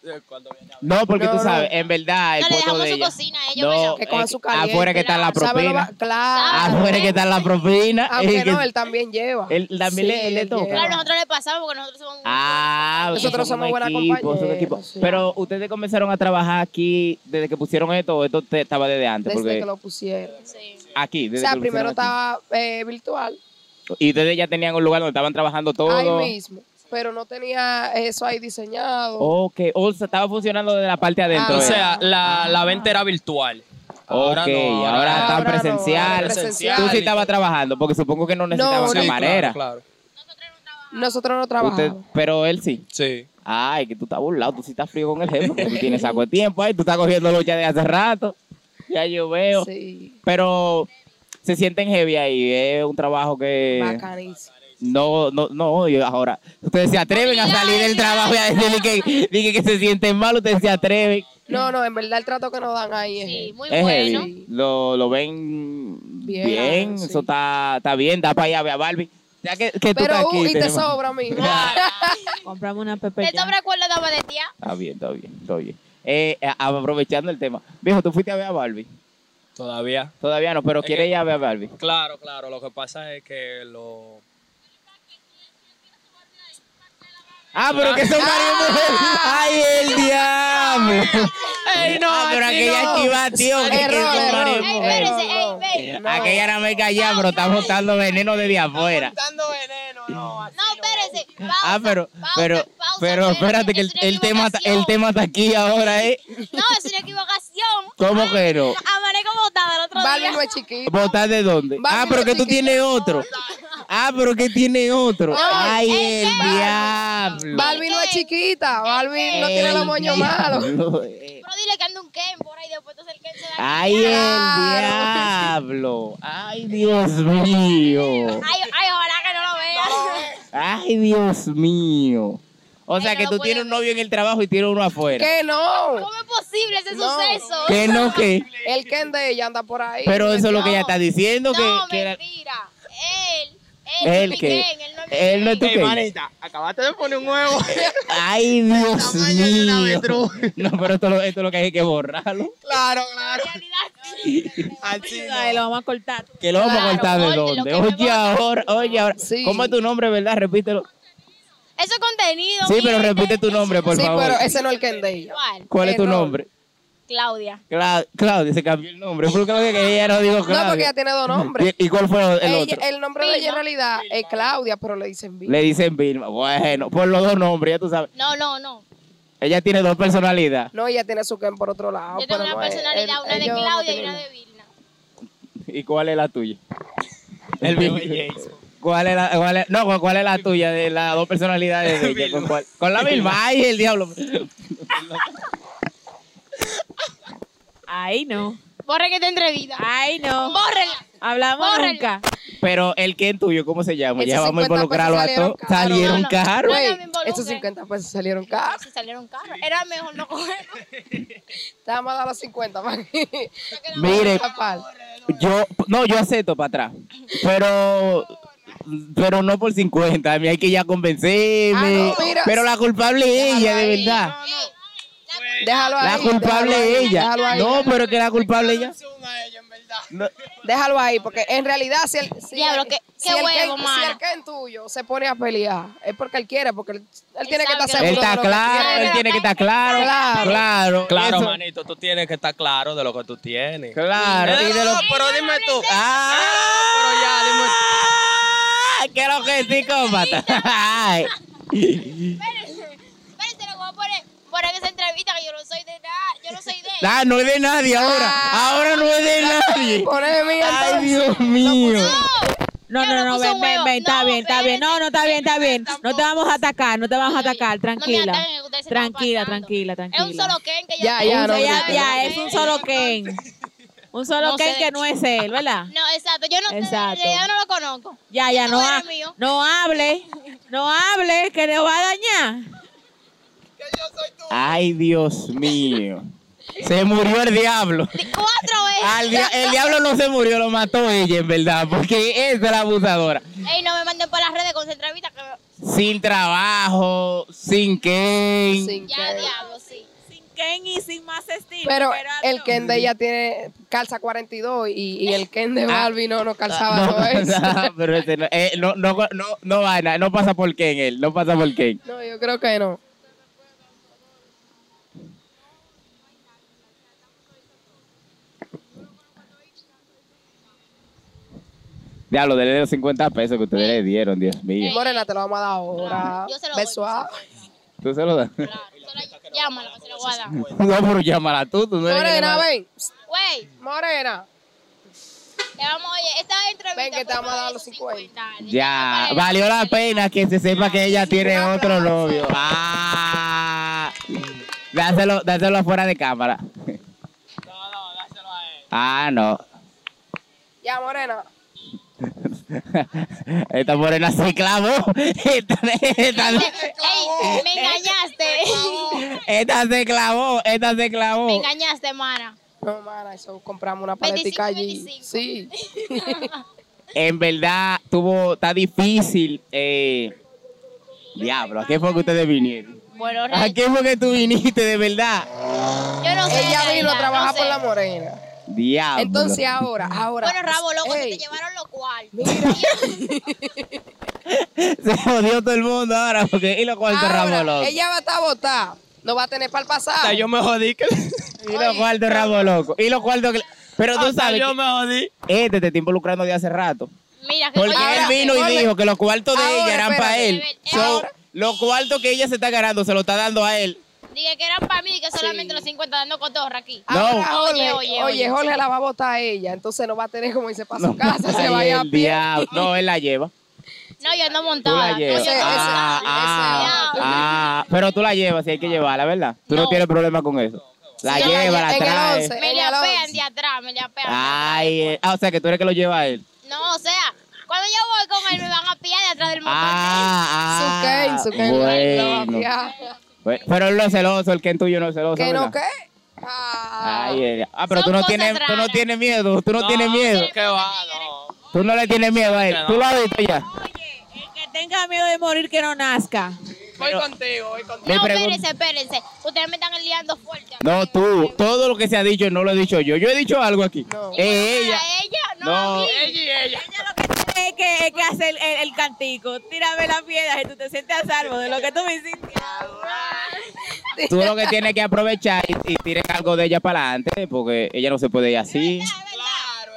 Speaker 1: No, porque
Speaker 3: No,
Speaker 1: tú
Speaker 3: no.
Speaker 1: sabes, en verdad, el
Speaker 4: No, le
Speaker 1: poto
Speaker 4: dejamos
Speaker 1: de
Speaker 4: su
Speaker 1: ella.
Speaker 4: cocina, ellos
Speaker 1: No,
Speaker 3: Que
Speaker 1: es
Speaker 3: coja su
Speaker 1: que eh, afuera
Speaker 3: caliente,
Speaker 1: que está la
Speaker 3: este, Sabe lo
Speaker 1: propina.
Speaker 3: va-
Speaker 4: Ah,
Speaker 3: Claro.
Speaker 1: Afuera que está la propina.
Speaker 3: Aunque
Speaker 1: es que-
Speaker 3: no, él también lleva.
Speaker 1: él también le- le toca.
Speaker 3: lleva.
Speaker 4: Claro, nosotros le pasamos porque nosotros somos.
Speaker 1: Ah,
Speaker 3: Nosotros
Speaker 1: ustedes
Speaker 3: somos
Speaker 1: un
Speaker 3: buena
Speaker 1: equipo, son un
Speaker 3: compañera,
Speaker 1: equipo.
Speaker 3: sí.
Speaker 1: Pero ustedes comenzaron a trabajar aquí desde que pusieron esto, o esto te- estaba desde antes,
Speaker 3: Desde que
Speaker 1: porque
Speaker 3: lo pusieron.
Speaker 4: Sí.
Speaker 1: aquí,
Speaker 3: O
Speaker 1: desde
Speaker 3: sea,
Speaker 1: que lo
Speaker 3: primero
Speaker 1: pusieron aquí.
Speaker 3: estaba eh, virtual,
Speaker 1: Y ustedes ya tenían un lugar donde estaban trabajando todo.
Speaker 3: ahí mismo, pero no tenía eso ahí diseñado.
Speaker 1: Ok, o sea, estaba funcionando desde la parte
Speaker 3: Ah,
Speaker 1: de adentro.
Speaker 6: O
Speaker 1: ¿eh?
Speaker 6: sea, la, la venta era virtual.
Speaker 1: ok,
Speaker 6: no,
Speaker 1: ahora
Speaker 3: ahora
Speaker 1: está
Speaker 3: no, ahora
Speaker 1: presencial.
Speaker 3: presencial.
Speaker 1: Tú sí estabas trabajando, porque supongo que no necesitaba
Speaker 3: No,
Speaker 6: Sí,
Speaker 1: camarera.
Speaker 6: Claro, claro.
Speaker 3: Nosotros no trabajamos.
Speaker 1: Usted- pero él sí.
Speaker 6: Sí.
Speaker 1: Ay, que tú estás burlado, tú sí estás frío con el jefe, porque tú tienes saco de tiempo ahí, tú estás cogiendo lucha de hace rato. Ya yo veo.
Speaker 3: Sí,
Speaker 1: Pero se sienten heavy ahí, es un trabajo que
Speaker 3: bacanísimo.
Speaker 1: no, no, no, y ahora ustedes se atreven a salir del trabajo y a decir que, dije que se sienten mal, ustedes se atreven.
Speaker 3: No, no, en verdad el trato que nos dan ahí es.
Speaker 4: Sí, muy
Speaker 1: es heavy.
Speaker 4: bueno.
Speaker 1: Lo, lo ven bien,
Speaker 3: Bien, sí.
Speaker 1: eso está, está bien, da para allá a ver a Barbie. Ya que, que tú
Speaker 3: pero
Speaker 1: estás
Speaker 3: uh,
Speaker 1: aquí,
Speaker 3: y te
Speaker 1: tenemos-
Speaker 3: sobra, mijo.
Speaker 2: Compramos una pepe.
Speaker 4: Esto me recuerda a de tía.
Speaker 1: Está bien, está bien, está bien. Eh, a- aprovechando el tema, viejo, tú fuiste a ver a Barbie.
Speaker 6: Todavía.
Speaker 1: Todavía no, pero
Speaker 6: Es
Speaker 1: quieres
Speaker 6: que-
Speaker 1: ir a ver a Barbie.
Speaker 6: Claro, claro. Lo que pasa es que lo.
Speaker 1: Ah, pero que son marido y mujer. ¡Ay, el diablo!
Speaker 6: ¡Ey, no!
Speaker 1: ah, pero
Speaker 6: aquí
Speaker 1: aquella
Speaker 6: no.
Speaker 1: chiva, tío. que- que
Speaker 3: Error,
Speaker 1: son marido y
Speaker 3: error.
Speaker 4: Ey,
Speaker 1: mujer.
Speaker 3: Error.
Speaker 4: espérense,
Speaker 3: no,
Speaker 4: ey,
Speaker 3: no.
Speaker 4: ey. No,
Speaker 1: Aquella no me callaba, pero está botando veneno desde afuera.
Speaker 6: veneno, no.
Speaker 4: espérense. Pausa,
Speaker 1: Ah, pero,
Speaker 4: pausa,
Speaker 1: pero,
Speaker 4: pausa,
Speaker 1: pero espérate que el,
Speaker 4: es una
Speaker 1: el tema, está- el
Speaker 4: equivocación.
Speaker 1: tema está aquí ahora, ¿eh?
Speaker 4: No, es una equivocación.
Speaker 1: ¿Cómo que no?
Speaker 4: Amanezco botada el otro
Speaker 3: Barbie
Speaker 4: día.
Speaker 3: no es chiquito.
Speaker 1: ¿Votar de dónde?
Speaker 3: Barbie
Speaker 1: Ah, pero
Speaker 3: no
Speaker 1: que tú
Speaker 3: chiquita.
Speaker 1: tienes otro. Ah, pero que tiene otro. Ay, el diablo.
Speaker 3: Barbie no es chiquita, Barbie no tiene los moños
Speaker 1: El
Speaker 3: malos.
Speaker 1: diablo, eh.
Speaker 4: Pero dile que anda un Ken por ahí, después entonces el Ken se da.
Speaker 1: Ay, el
Speaker 3: Claro.
Speaker 1: diablo. Ay, Dios mío.
Speaker 4: Ay, ay, ojalá que no lo vea.
Speaker 1: Ay, Dios mío. O
Speaker 4: Ay,
Speaker 1: sea
Speaker 4: no
Speaker 1: que
Speaker 4: lo
Speaker 1: tú
Speaker 4: puedo
Speaker 1: tienes un
Speaker 4: ver.
Speaker 1: novio en el trabajo y tienes uno afuera.
Speaker 3: Que no.
Speaker 4: ¿Cómo es posible ese
Speaker 3: No.
Speaker 4: suceso?
Speaker 1: Que no, que.
Speaker 3: El Ken de ella anda por ahí.
Speaker 1: Pero eso es lo que ella está diciendo.
Speaker 4: No,
Speaker 1: que, que era-
Speaker 4: mentira. Él,
Speaker 1: Él
Speaker 4: él, no es mi
Speaker 1: que-
Speaker 4: Ken, él no es mi
Speaker 1: él no es
Speaker 4: Ken.
Speaker 1: tu
Speaker 6: Ey,
Speaker 1: qué?
Speaker 6: manita, acabaste de poner un huevo.
Speaker 1: Ay, Dios
Speaker 6: Tamaño de una
Speaker 1: mío.
Speaker 6: avestruz.
Speaker 1: No, pero esto, lo- esto es lo que hay que borrarlo.
Speaker 6: claro,
Speaker 4: En
Speaker 6: claro.
Speaker 4: realidad,
Speaker 6: Así no.
Speaker 2: Lo vamos a cortar.
Speaker 1: Que lo vamos a
Speaker 4: Claro,
Speaker 1: cortar de
Speaker 4: córtelo,
Speaker 1: dónde.
Speaker 4: que me
Speaker 1: Oye,
Speaker 4: bota.
Speaker 1: ahora, oye, ahora.
Speaker 3: Sí.
Speaker 1: ¿Cómo es tu nombre, verdad? Repítelo.
Speaker 4: Eso es contenido.
Speaker 1: Sí, pero
Speaker 4: mira,
Speaker 1: repite tu
Speaker 4: eso-
Speaker 1: nombre, por
Speaker 3: sí,
Speaker 1: favor.
Speaker 3: pero ese no es el Ken de ella.
Speaker 4: ¿Cuál?
Speaker 1: ¿Cuál es tu
Speaker 3: error.
Speaker 1: nombre?
Speaker 4: Claudia.
Speaker 1: Cla- Claudia, se cambió el nombre. Fue Claudia que ella no dijo
Speaker 3: No, porque
Speaker 1: Claudia.
Speaker 3: ella tiene dos nombres.
Speaker 1: ¿Y, y cuál fue el
Speaker 3: Ella-
Speaker 1: otro?
Speaker 3: el nombre de ella en realidad es Claudia, pero le dicen Bill.
Speaker 1: Le dicen Vilma. Bueno, por los dos nombres, ya tú sabes.
Speaker 4: No, no, no.
Speaker 1: Ella tiene dos personalidades.
Speaker 3: No, ella tiene su Ken por otro lado.
Speaker 4: Yo tengo
Speaker 3: pero
Speaker 4: una
Speaker 3: no es-
Speaker 4: personalidad,
Speaker 3: él-
Speaker 4: una de
Speaker 3: ellos no
Speaker 4: Claudia y
Speaker 3: tienen-
Speaker 4: una de Vilna.
Speaker 1: ¿Y cuál es la tuya?
Speaker 6: El mío es Jason.
Speaker 1: ¿Cuál es la, cuál es- no, ¿cuál es la tuya de las dos personalidades de ella? ¿Con, cuál? ¿Con la misma? ¡Ay, el diablo!
Speaker 2: Ay, no.
Speaker 4: Borre que te entrevista.
Speaker 1: Ah,
Speaker 2: Ay, no.
Speaker 4: Bórrela.
Speaker 2: Hablamos
Speaker 4: Bórralo.
Speaker 2: nunca.
Speaker 1: Pero el que es tuyo, ¿cómo se llama?
Speaker 3: Esos
Speaker 1: Ya vamos a
Speaker 3: 50
Speaker 1: involucrarlo a
Speaker 3: pesos
Speaker 1: todos.
Speaker 3: pues,
Speaker 1: Salieron
Speaker 3: salieron
Speaker 4: caro.
Speaker 1: caros.
Speaker 4: No, no,
Speaker 3: Güey,
Speaker 4: me involucre.
Speaker 3: esos 50 pesos salieron caros.
Speaker 4: Se Ah, salieron caros. Era mejor no cogerlo.
Speaker 3: Te vamos a dar los 50 para que
Speaker 1: Mire,
Speaker 3: tapar.
Speaker 1: yo, no, yo acepto para atrás. Pero, pero no por 50. A mí hay que ya convencerme.
Speaker 3: Ah, no, mira.
Speaker 1: pero la culpable es ella, de verdad.
Speaker 3: Déjalo ahí.
Speaker 1: La culpable
Speaker 3: déjalo
Speaker 1: es
Speaker 3: ahí,
Speaker 1: ella.
Speaker 3: déjalo ahí.
Speaker 1: No, pero que la culpable es ella. No,
Speaker 3: Déjalo ahí, porque en realidad si el, si
Speaker 4: Diablo,
Speaker 3: el-
Speaker 4: qué-
Speaker 3: si
Speaker 4: qué
Speaker 3: el Ken-
Speaker 4: huevo,
Speaker 3: si
Speaker 4: mano.
Speaker 3: el Ken tuyo se pone a pelear, es porque él quiere, porque él, él tiene que estar seguro.
Speaker 4: sabe que lo-
Speaker 1: Él está
Speaker 3: de lo que
Speaker 1: claro,
Speaker 3: quiere.
Speaker 1: él tiene que estar claro.
Speaker 3: Claro.
Speaker 1: Claro,
Speaker 6: Claro,
Speaker 1: eso-
Speaker 6: manito, tú tienes que estar claro de lo que tú tienes.
Speaker 1: Claro.
Speaker 6: Eh,
Speaker 1: Y de lo-
Speaker 6: no, pero dime tú.
Speaker 1: ¡Ah! Que lo que es psicópata. Ay.
Speaker 4: Espérense. Espérense, lo voy a poner. Borre que se entrevista, que yo no soy de nada. Yo no soy de él.
Speaker 1: Ah, no es de nadie ahora. Ahora no es de nadie.
Speaker 3: Pone mía,
Speaker 1: Ay,
Speaker 3: entonces.
Speaker 1: Dios mío.
Speaker 2: No,
Speaker 4: Ya
Speaker 2: no,
Speaker 4: me
Speaker 2: no,
Speaker 4: puso
Speaker 2: ven, ven,
Speaker 4: huevo.
Speaker 2: ven, está
Speaker 4: No,
Speaker 2: bien, está bien. No, no, está bien, está bien. No te vamos a atacar, no te vamos a atacar,
Speaker 4: No me
Speaker 2: tranquila.
Speaker 4: ataquen, que ustedes se están
Speaker 2: Tranquila,
Speaker 4: pasando.
Speaker 2: tranquila,
Speaker 4: Es un
Speaker 2: tranquila.
Speaker 4: solo Ken que yo
Speaker 3: Ya,
Speaker 4: tengo.
Speaker 3: ya, no,
Speaker 2: Ya, ya,
Speaker 3: no,
Speaker 2: ya,
Speaker 3: no,
Speaker 2: es un solo Ken. Un solo
Speaker 4: No sé
Speaker 2: Ken
Speaker 4: de
Speaker 2: que
Speaker 4: hecho.
Speaker 2: no es él, ¿verdad?
Speaker 4: No, exacto. Yo no sé,
Speaker 2: Exacto.
Speaker 4: de- yo no lo conozco.
Speaker 2: Ya, ya,
Speaker 4: Este
Speaker 2: no,
Speaker 4: no
Speaker 2: ha-
Speaker 4: era mío.
Speaker 2: no hable, no hable, que le va a dañar.
Speaker 1: Ay, Dios mío. Se murió el diablo.
Speaker 4: Cuatro veces.
Speaker 3: Ah,
Speaker 1: Al dia- el diablo no se murió, lo mató ella, en verdad, porque es la abusadora.
Speaker 4: Ey, no me manden para las redes con Centravita que me-
Speaker 1: Sin trabajo, sin Ken.
Speaker 3: Sin
Speaker 4: ya
Speaker 3: que-
Speaker 4: diablo, sí.
Speaker 7: Sin Ken y sin más estilo.
Speaker 3: Pero
Speaker 7: Gerardo.
Speaker 3: el Ken de ella tiene calza 42 y, y el Ken de Barbie no, no calzaba
Speaker 1: Ah. No,
Speaker 3: todo eso.
Speaker 1: no, pero ese no, eh, no, no, no, no, vaina, no pasa por Ken él, no pasa por Ken.
Speaker 3: No, yo creo que no.
Speaker 1: Ya, lo de los 50 pesos que ustedes le dieron, Dios mío.
Speaker 3: Morena, te lo vamos a dar ahora.
Speaker 4: Claro, yo se lo doy.
Speaker 3: Beso a-
Speaker 1: Tú se lo das. No,
Speaker 4: Claro. Solo llámala que se lo voy a dar.
Speaker 1: pero llámala tú, tú no eres que le
Speaker 3: Morena,
Speaker 1: va-
Speaker 3: ven. Psst,
Speaker 4: Güey,
Speaker 3: Morena.
Speaker 4: te vamos, oye, esta entrevista.
Speaker 3: Ven que te
Speaker 4: fue
Speaker 3: vamos a
Speaker 4: para
Speaker 3: dar los
Speaker 4: esos
Speaker 3: 50.
Speaker 4: dale.
Speaker 1: Ya,
Speaker 4: Para
Speaker 1: valió la
Speaker 4: eso.
Speaker 1: pena que se sepa que ella tiene
Speaker 3: Un
Speaker 1: otro
Speaker 3: aplauso.
Speaker 1: novio. Ah, dáselo, dáselo afuera de cámara. Ah, no.
Speaker 3: Ya, Morena.
Speaker 1: Esta morena se clavó. Esta, esta-
Speaker 4: Ey, me engañaste.
Speaker 1: esta se clavó. Esta se
Speaker 4: me
Speaker 1: clavó.
Speaker 4: engañaste, mana.
Speaker 3: No, mana, eso compramos una paletica
Speaker 4: 25,
Speaker 3: allí.
Speaker 4: 25.
Speaker 3: Sí.
Speaker 1: En verdad, tuvo, está difícil. Eh. Diablo, ¿a qué fue que ustedes vinieron?
Speaker 4: Bueno,
Speaker 1: ¿A
Speaker 4: Rey,
Speaker 1: qué fue que tú viniste de verdad?
Speaker 4: yo no sé. en
Speaker 3: Ella vino
Speaker 4: realidad,
Speaker 3: a trabajar
Speaker 4: no
Speaker 3: por
Speaker 4: sé.
Speaker 3: la morena.
Speaker 1: Diablo.
Speaker 3: Entonces ahora, ahora.
Speaker 4: Bueno, Rabo, loco, se
Speaker 3: Ey,
Speaker 4: te llevaron los cuartos.
Speaker 1: Se jodió todo el mundo ahora porque y lo cuarto
Speaker 3: ahora,
Speaker 1: Ramos loco.
Speaker 3: Ella va a estar botada. No va a tener para el pasado.
Speaker 6: Hasta yo me jodí. Que...
Speaker 1: Y los cuartos Ramos loco. Y los cuartos. que- Pero tú
Speaker 6: Hasta
Speaker 1: sabes
Speaker 6: yo me jodí.
Speaker 1: que este te está involucrando de hace rato.
Speaker 4: Mira, que
Speaker 1: Porque
Speaker 4: oye,
Speaker 1: él
Speaker 3: espérate,
Speaker 1: vino y
Speaker 3: ponle-
Speaker 1: dijo que los cuartos de
Speaker 3: Ahora,
Speaker 1: ella eran para
Speaker 3: espérate.
Speaker 1: él. So,
Speaker 3: Ahora.
Speaker 1: los cuartos que ella se está ganando se lo está dando a él.
Speaker 4: Dije que eran para mí y que solamente los 50 dando cotorra aquí.
Speaker 3: Ahora,
Speaker 4: No.
Speaker 3: Jorge, oye,
Speaker 4: Oye, oye, oye.
Speaker 3: Jorge la va a botar a ella. Entonces no va a tener como dice para su
Speaker 1: No,
Speaker 3: casa. Se
Speaker 1: ay,
Speaker 3: vaya a
Speaker 1: el
Speaker 3: pie.
Speaker 1: diablo. No, él la lleva.
Speaker 4: No, yo ando
Speaker 1: Tú
Speaker 4: montada.
Speaker 1: la
Speaker 4: No, yo
Speaker 1: llevas.
Speaker 4: ando
Speaker 3: ese-
Speaker 1: Ah,
Speaker 4: montada.
Speaker 1: ah,
Speaker 4: Cuidado.
Speaker 1: ah. Pero tú la llevas, si hay que llevarla, ¿verdad? Tú no,
Speaker 4: No.
Speaker 1: tienes problema con eso. La
Speaker 3: Yo
Speaker 1: lleva,
Speaker 3: la lle-
Speaker 1: la
Speaker 3: en el
Speaker 1: trae.
Speaker 3: once.
Speaker 4: Me le
Speaker 3: Ella lo-
Speaker 4: apean de atrás, me le apean.
Speaker 1: Ay, eh, ah, o sea que tú eres que lo lleva a él.
Speaker 4: No, o sea, cuando yo voy con él me van a pillar de atrás del motor.
Speaker 1: Ah, ah.
Speaker 3: Su Ken, su Ken.
Speaker 1: Bueno.
Speaker 3: Ya.
Speaker 1: Bueno, Pero él no es celoso, el Ken tuyo no es celoso.
Speaker 3: ¿Que no
Speaker 1: ¿verdad?
Speaker 3: qué? Ah.
Speaker 1: Ay, él- ah, pero
Speaker 4: Son
Speaker 1: tú no,
Speaker 4: cosas
Speaker 1: tienes, tú no
Speaker 4: raras.
Speaker 1: tienes miedo, tú no, tienes miedo.
Speaker 6: ¿Qué va? No.
Speaker 1: Tú no le tienes miedo a él.
Speaker 6: Que no.
Speaker 1: Tú lo has visto ya.
Speaker 2: Oye, el que tenga miedo de morir que no nazca.
Speaker 6: Voy contigo, voy contigo.
Speaker 1: Me
Speaker 4: No,
Speaker 1: pregun-
Speaker 4: espérense, espérense. Ustedes me están liando fuerte.
Speaker 1: No, tú. Todo lo que se ha dicho no lo he dicho yo. Yo he dicho algo aquí.
Speaker 3: No.
Speaker 1: Eh,
Speaker 4: ¿A
Speaker 1: ella.
Speaker 4: ella? No,
Speaker 1: No.
Speaker 4: a mí.
Speaker 6: Ella y ella.
Speaker 2: Ella lo que tiene es que, es que hacer el, el cantico. Tírame la piedra y tú te sientes a salvo de lo que tú me hiciste.
Speaker 1: Tú lo que tienes que aprovechar y, y tirar algo de ella para adelante, porque ella no se puede ir así.
Speaker 3: Ah,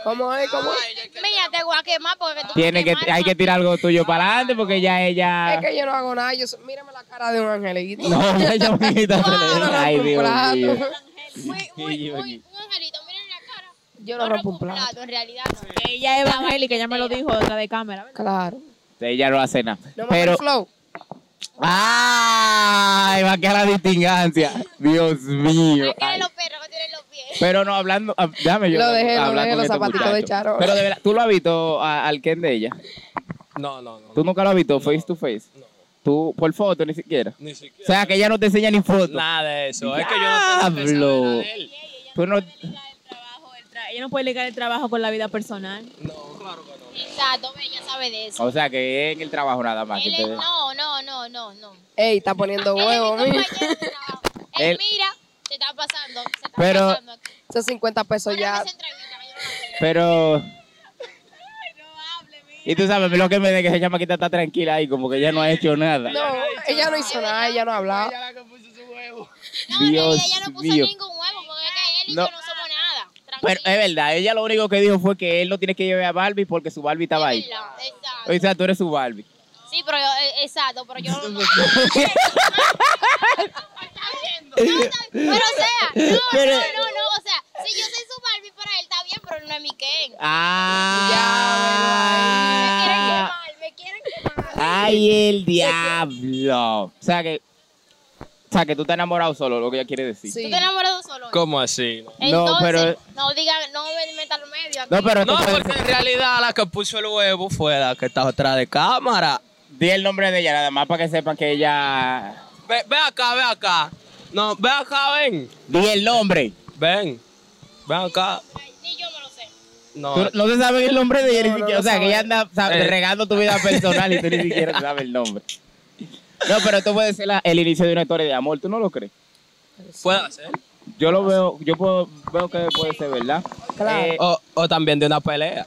Speaker 3: ¿Cómo es? ¿Cómo es?
Speaker 4: Mira, te voy a quemar porque tú me
Speaker 1: Tiene que,
Speaker 4: quemaste.
Speaker 1: hay que tirar algo tuyo para adelante, porque ya
Speaker 3: Es
Speaker 1: ella.
Speaker 3: que yo no hago nada. Yo, so- mírame la cara de un angelito.
Speaker 1: Ah. No, ella me quita.
Speaker 3: Yo no
Speaker 1: Ay,
Speaker 3: rompo un
Speaker 1: Dios
Speaker 3: plato.
Speaker 1: mío.
Speaker 4: Muy, muy,
Speaker 1: Sí, yo
Speaker 4: muy,
Speaker 1: aquí.
Speaker 4: un angelito, miren la cara.
Speaker 3: Yo no rompo un
Speaker 4: plato,
Speaker 3: plato.
Speaker 4: en realidad.
Speaker 2: Ella es evangélica, ya me lo dijo otra de cámara. ¿verdad?
Speaker 3: Claro.
Speaker 1: Ella no hace nada.
Speaker 3: No me Pero,
Speaker 1: Pero.
Speaker 3: el flow.
Speaker 1: ¡Ay! Va a quedar la distingancia. Dios mío.
Speaker 4: Hay que ver
Speaker 1: Ay.
Speaker 4: los perros que tienen los pies.
Speaker 1: Pero no, hablando. ah, Déjame yo.
Speaker 3: Lo dejé, lo
Speaker 1: hablar
Speaker 3: dejé,
Speaker 1: con
Speaker 3: los
Speaker 1: este
Speaker 3: zapatitos de
Speaker 1: muchacho.
Speaker 3: Charo.
Speaker 1: Pero de verdad, ¿tú lo has visto a- al Ken de ella?
Speaker 6: No, no, no.
Speaker 1: ¿Tú nunca lo has visto face to face? Tú, por foto, ni siquiera.
Speaker 6: Ni
Speaker 1: O
Speaker 6: siquiera.
Speaker 1: sea, que ella no te enseña ni foto.
Speaker 6: Nada de eso. Es que yo no tengo que saber
Speaker 1: Diablo.
Speaker 6: nada de él.
Speaker 1: Tú no...
Speaker 2: Ligar el trabajo, el tra- Ella no puede ligar el trabajo con la vida personal.
Speaker 6: No, claro que no.
Speaker 4: Exacto, ella sabe de eso.
Speaker 1: O sea, que en el trabajo nada más. que
Speaker 4: Él
Speaker 1: te-
Speaker 4: es, no, no, no, no, no.
Speaker 3: Ey, está poniendo
Speaker 4: Él es mi
Speaker 3: huevo, mira.
Speaker 4: compañero de trabajo.
Speaker 1: Él-
Speaker 4: Él, mira, se está pasando. Se está
Speaker 1: Pero-
Speaker 4: pasando. aquí.
Speaker 3: Esos 50 pesos
Speaker 4: Poneme
Speaker 3: ya.
Speaker 4: esa entrevista, que yo no la quiero.
Speaker 1: Pero... Y tú sabes, lo que me de que esa chamaquita está tranquila ahí, como que ella no ha hecho nada.
Speaker 3: No, ella no hizo nada, ella no hablaba.
Speaker 6: la que puso su huevo.
Speaker 4: No, en
Speaker 1: Dios
Speaker 4: realidad ella no puso
Speaker 1: mío.
Speaker 4: ningún huevo porque es que él y
Speaker 1: No.
Speaker 4: yo no somos nada.
Speaker 1: Pero es verdad, ella lo único que dijo fue que él no tiene que llevar a Barbie porque su Barbie estaba ahí.
Speaker 4: Exacto.
Speaker 1: O sea, tú eres su Barbie.
Speaker 4: Sí, pero yo, eh, exacto, pero yo no. no. Está viendo. No, está- Pero o sea, no,
Speaker 1: Pero-
Speaker 4: no, no, no, o sea, si yo soy su Barbie para él está bien, pero no es mi Ken.
Speaker 1: ¡Ah!
Speaker 4: Me quieren quemar, me quieren quemar.
Speaker 1: ¡Ay, el diablo! O sea que... O sea, que tú te has enamorado solo, lo que ella quiere decir.
Speaker 4: ¿Tú
Speaker 3: Sí.
Speaker 4: te enamoras de solo?
Speaker 6: ¿Cómo así? No?
Speaker 4: Entonces,
Speaker 1: No, pero-
Speaker 4: No digan, no me metan los medios aquí.
Speaker 1: No, pero esto
Speaker 6: No,
Speaker 1: puede
Speaker 6: porque
Speaker 1: ser-
Speaker 6: en realidad la que puso el huevo fue la que estaba atrás de cámara.
Speaker 1: Di el nombre de ella, nada más para que sepan que ella.
Speaker 6: Ve, ve acá, ve acá. No, ve acá, ven.
Speaker 1: Di el nombre.
Speaker 6: Ven, ven acá.
Speaker 4: Ni yo me lo sé.
Speaker 6: No,
Speaker 8: Tú no te sabes el nombre de ella, ni
Speaker 3: No, no
Speaker 8: siquiera.
Speaker 3: lo
Speaker 8: o sea, que ella
Speaker 3: sabe.
Speaker 8: anda sabe,
Speaker 6: Eh.
Speaker 8: regando tu vida personal y tú ni siquiera sabes el nombre. No, pero esto puede ser la- el inicio de una historia de amor, ¿tú no lo crees?
Speaker 6: puede hacer.
Speaker 1: Yo lo veo, yo puedo, veo que puede ser, ¿verdad?
Speaker 3: Claro.
Speaker 1: Eh,
Speaker 6: O, o también de una pelea.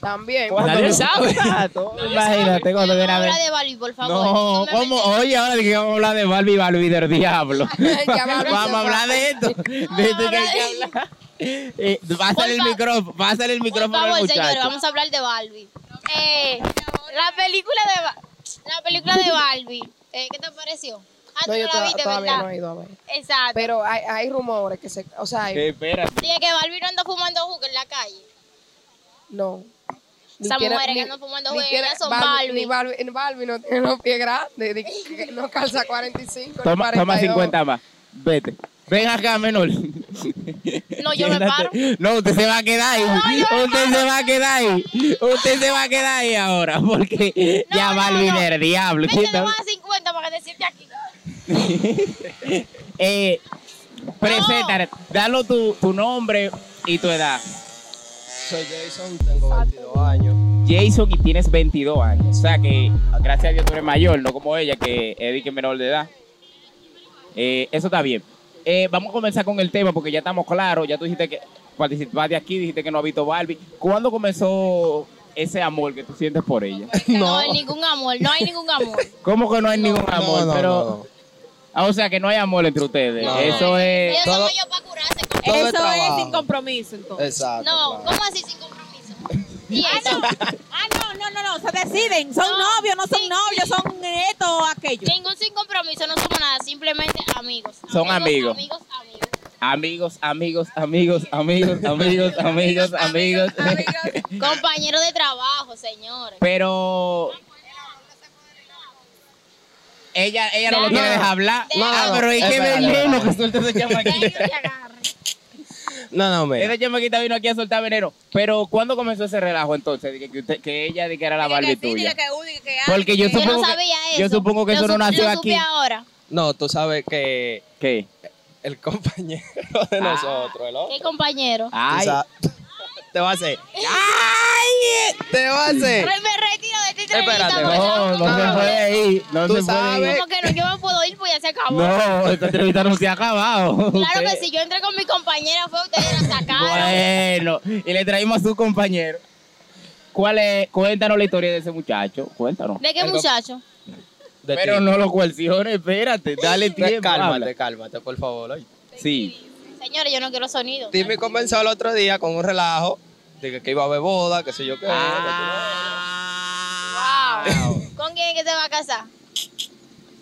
Speaker 3: También.
Speaker 6: Nadie sabe.
Speaker 8: Exacto, Imagínate cuando viene a ver.
Speaker 4: Habla de Bali, por favor.
Speaker 8: No,
Speaker 4: me
Speaker 8: ¿cómo?
Speaker 4: metas.
Speaker 8: Oye, ahora que vamos a hablar de Barbie, Barbie del diablo.
Speaker 3: Ya Barbie se
Speaker 8: vamos a hablar de esto. De esto que hay que hablar. Eh, pásale el
Speaker 4: Por fa-
Speaker 8: micrófono, pásale el
Speaker 4: Por
Speaker 8: micrófono al
Speaker 4: favor,
Speaker 8: muchacho.
Speaker 4: señores, vamos a hablar de Barbie. Eh, la película de Ba- la película de Barbie. eh, ¿Qué te pareció? Ah, tú
Speaker 3: No,
Speaker 4: no
Speaker 3: yo
Speaker 4: la
Speaker 3: toda-
Speaker 4: viste,
Speaker 3: todavía
Speaker 4: ¿verdad?
Speaker 3: no he ido a ver.
Speaker 4: Exacto.
Speaker 3: Pero hay, hay rumores que se. O sea, hay-
Speaker 1: eh, espérate.
Speaker 4: Dije que Barbie no anda fumando jugo en la calle.
Speaker 3: no.
Speaker 4: Esas
Speaker 3: quiere-
Speaker 4: mujeres
Speaker 3: ni-
Speaker 4: que andan fumando
Speaker 3: ni
Speaker 4: jugo,
Speaker 3: quiere-
Speaker 4: ellas son
Speaker 3: Ni Barbie, ni Barbie no tiene los pies grandes. ni- que no calza 45. ni
Speaker 8: Toma, toma
Speaker 3: 42.
Speaker 8: 50 más. Vete. Ven acá, menor.
Speaker 4: No, yo me paro.
Speaker 8: No, usted se va a quedar ahí. usted se va a quedar ahí. Usted se va a quedar ahí ahora. Porque
Speaker 4: No,
Speaker 8: ya
Speaker 4: no,
Speaker 8: Barbie
Speaker 4: no.
Speaker 8: del diablo.
Speaker 4: Vete
Speaker 8: ¿entiendes?
Speaker 4: nomás a 50 para que te sientes aquí.
Speaker 8: Eh, preséntate. Dalo tu, tu nombre y tu edad.
Speaker 6: Soy Jason, tengo 22 años.
Speaker 1: Jason y tienes 22 años. O sea que, gracias a Dios, tú eres mayor, no como ella, que es de que menor de edad. Eh, eso está bien. Eh, vamos a comenzar con el tema porque ya estamos claros. Ya tú dijiste que participaste aquí, dijiste que no has visto Barbie. ¿Cuándo comenzó ese amor que tú sientes por ella?
Speaker 4: No. hay ningún amor, no hay ningún amor.
Speaker 1: ¿Cómo que no hay ningún amor?
Speaker 6: no,
Speaker 1: pero,
Speaker 6: no.
Speaker 1: Ah, o sea que no hay amor entre ustedes.
Speaker 6: No.
Speaker 1: Eso es.
Speaker 4: Ellos
Speaker 6: todo-
Speaker 4: son ellos para curarse. con-
Speaker 6: Todo es
Speaker 2: Eso es
Speaker 6: trabajo.
Speaker 2: sin compromiso, entonces.
Speaker 6: Exacto.
Speaker 4: No,
Speaker 6: claro.
Speaker 4: ¿cómo así sin compromiso? Y eso,
Speaker 7: Ah, no, no, no, no, se deciden. Son
Speaker 4: No,
Speaker 7: novios, no
Speaker 4: sí,
Speaker 7: son novios, son esto o aquello.
Speaker 4: ningún sin compromiso, no somos nada, simplemente amigos.
Speaker 1: Son amigos.
Speaker 4: Amigos, amigos.
Speaker 1: Amigos, amigos, amigos, amigos, amigos, amigos, amigos.
Speaker 4: Compañeros de trabajo, señores.
Speaker 1: Pero.
Speaker 8: Ella, ella no lo
Speaker 4: No,
Speaker 8: quiere
Speaker 4: no.
Speaker 8: dejar hablar.
Speaker 4: No,
Speaker 8: ah,
Speaker 6: no,
Speaker 8: pero hay que
Speaker 6: espérate,
Speaker 8: veneno
Speaker 6: espérate.
Speaker 8: que suelta ese chamaquito.
Speaker 4: Venga, que agarre.
Speaker 6: No, no, mira.
Speaker 8: Ese chamaquita vino aquí a soltar veneno.
Speaker 1: Pero ¿cuándo comenzó ese relajo entonces? De que, que usted- que ella de que era la Barbie tuya.
Speaker 8: Porque yo
Speaker 4: Yo
Speaker 8: supongo
Speaker 4: no
Speaker 8: que-
Speaker 4: sabía eso.
Speaker 8: yo supongo que
Speaker 4: Lo
Speaker 8: eso no
Speaker 4: sup-
Speaker 8: nació
Speaker 4: lo
Speaker 8: aquí.
Speaker 4: Supe ahora.
Speaker 6: No, tú sabes que
Speaker 1: ¿Qué?
Speaker 6: el compañero
Speaker 8: Ah.
Speaker 6: de nosotros, el otro.
Speaker 4: ¿Qué compañero?
Speaker 1: Ay,
Speaker 6: tú sa- Te va a hacer. ¡Ay! Te va a hacer.
Speaker 8: eh.
Speaker 4: Ay, me retiro de esta entrevista.
Speaker 6: Espérate,
Speaker 4: porque
Speaker 8: No, no se
Speaker 4: ¿cómo que-
Speaker 8: puede ir. No
Speaker 6: Tú
Speaker 8: se puede ir.
Speaker 6: sabes.
Speaker 4: ¿Cómo que no? Yo me puedo ir, pues ya se acabó.
Speaker 8: No, esta entrevista no se ha acabado.
Speaker 4: Claro que si yo entré con mi compañera fue ustedes la sacaron.
Speaker 8: Bueno, y le traímos a su compañero.
Speaker 1: ¿cuál es? Cuéntanos la historia de ese muchacho. Cuéntanos.
Speaker 4: ¿De qué
Speaker 6: Algo-
Speaker 4: muchacho?
Speaker 6: De
Speaker 8: Pero
Speaker 6: ti.
Speaker 8: no lo coerciones, espérate, dale
Speaker 6: Te-
Speaker 8: tiempo. habla.
Speaker 6: Cálmate, cálmate, por favor. oye.
Speaker 1: Sí.
Speaker 4: Señores, yo no quiero sonido.
Speaker 6: Timmy comenzó el otro día con un relajo. De que- que iba a haber boda, que sé yo qué.
Speaker 8: Ah.
Speaker 4: Wow. ¿Con quién es que te va a casar?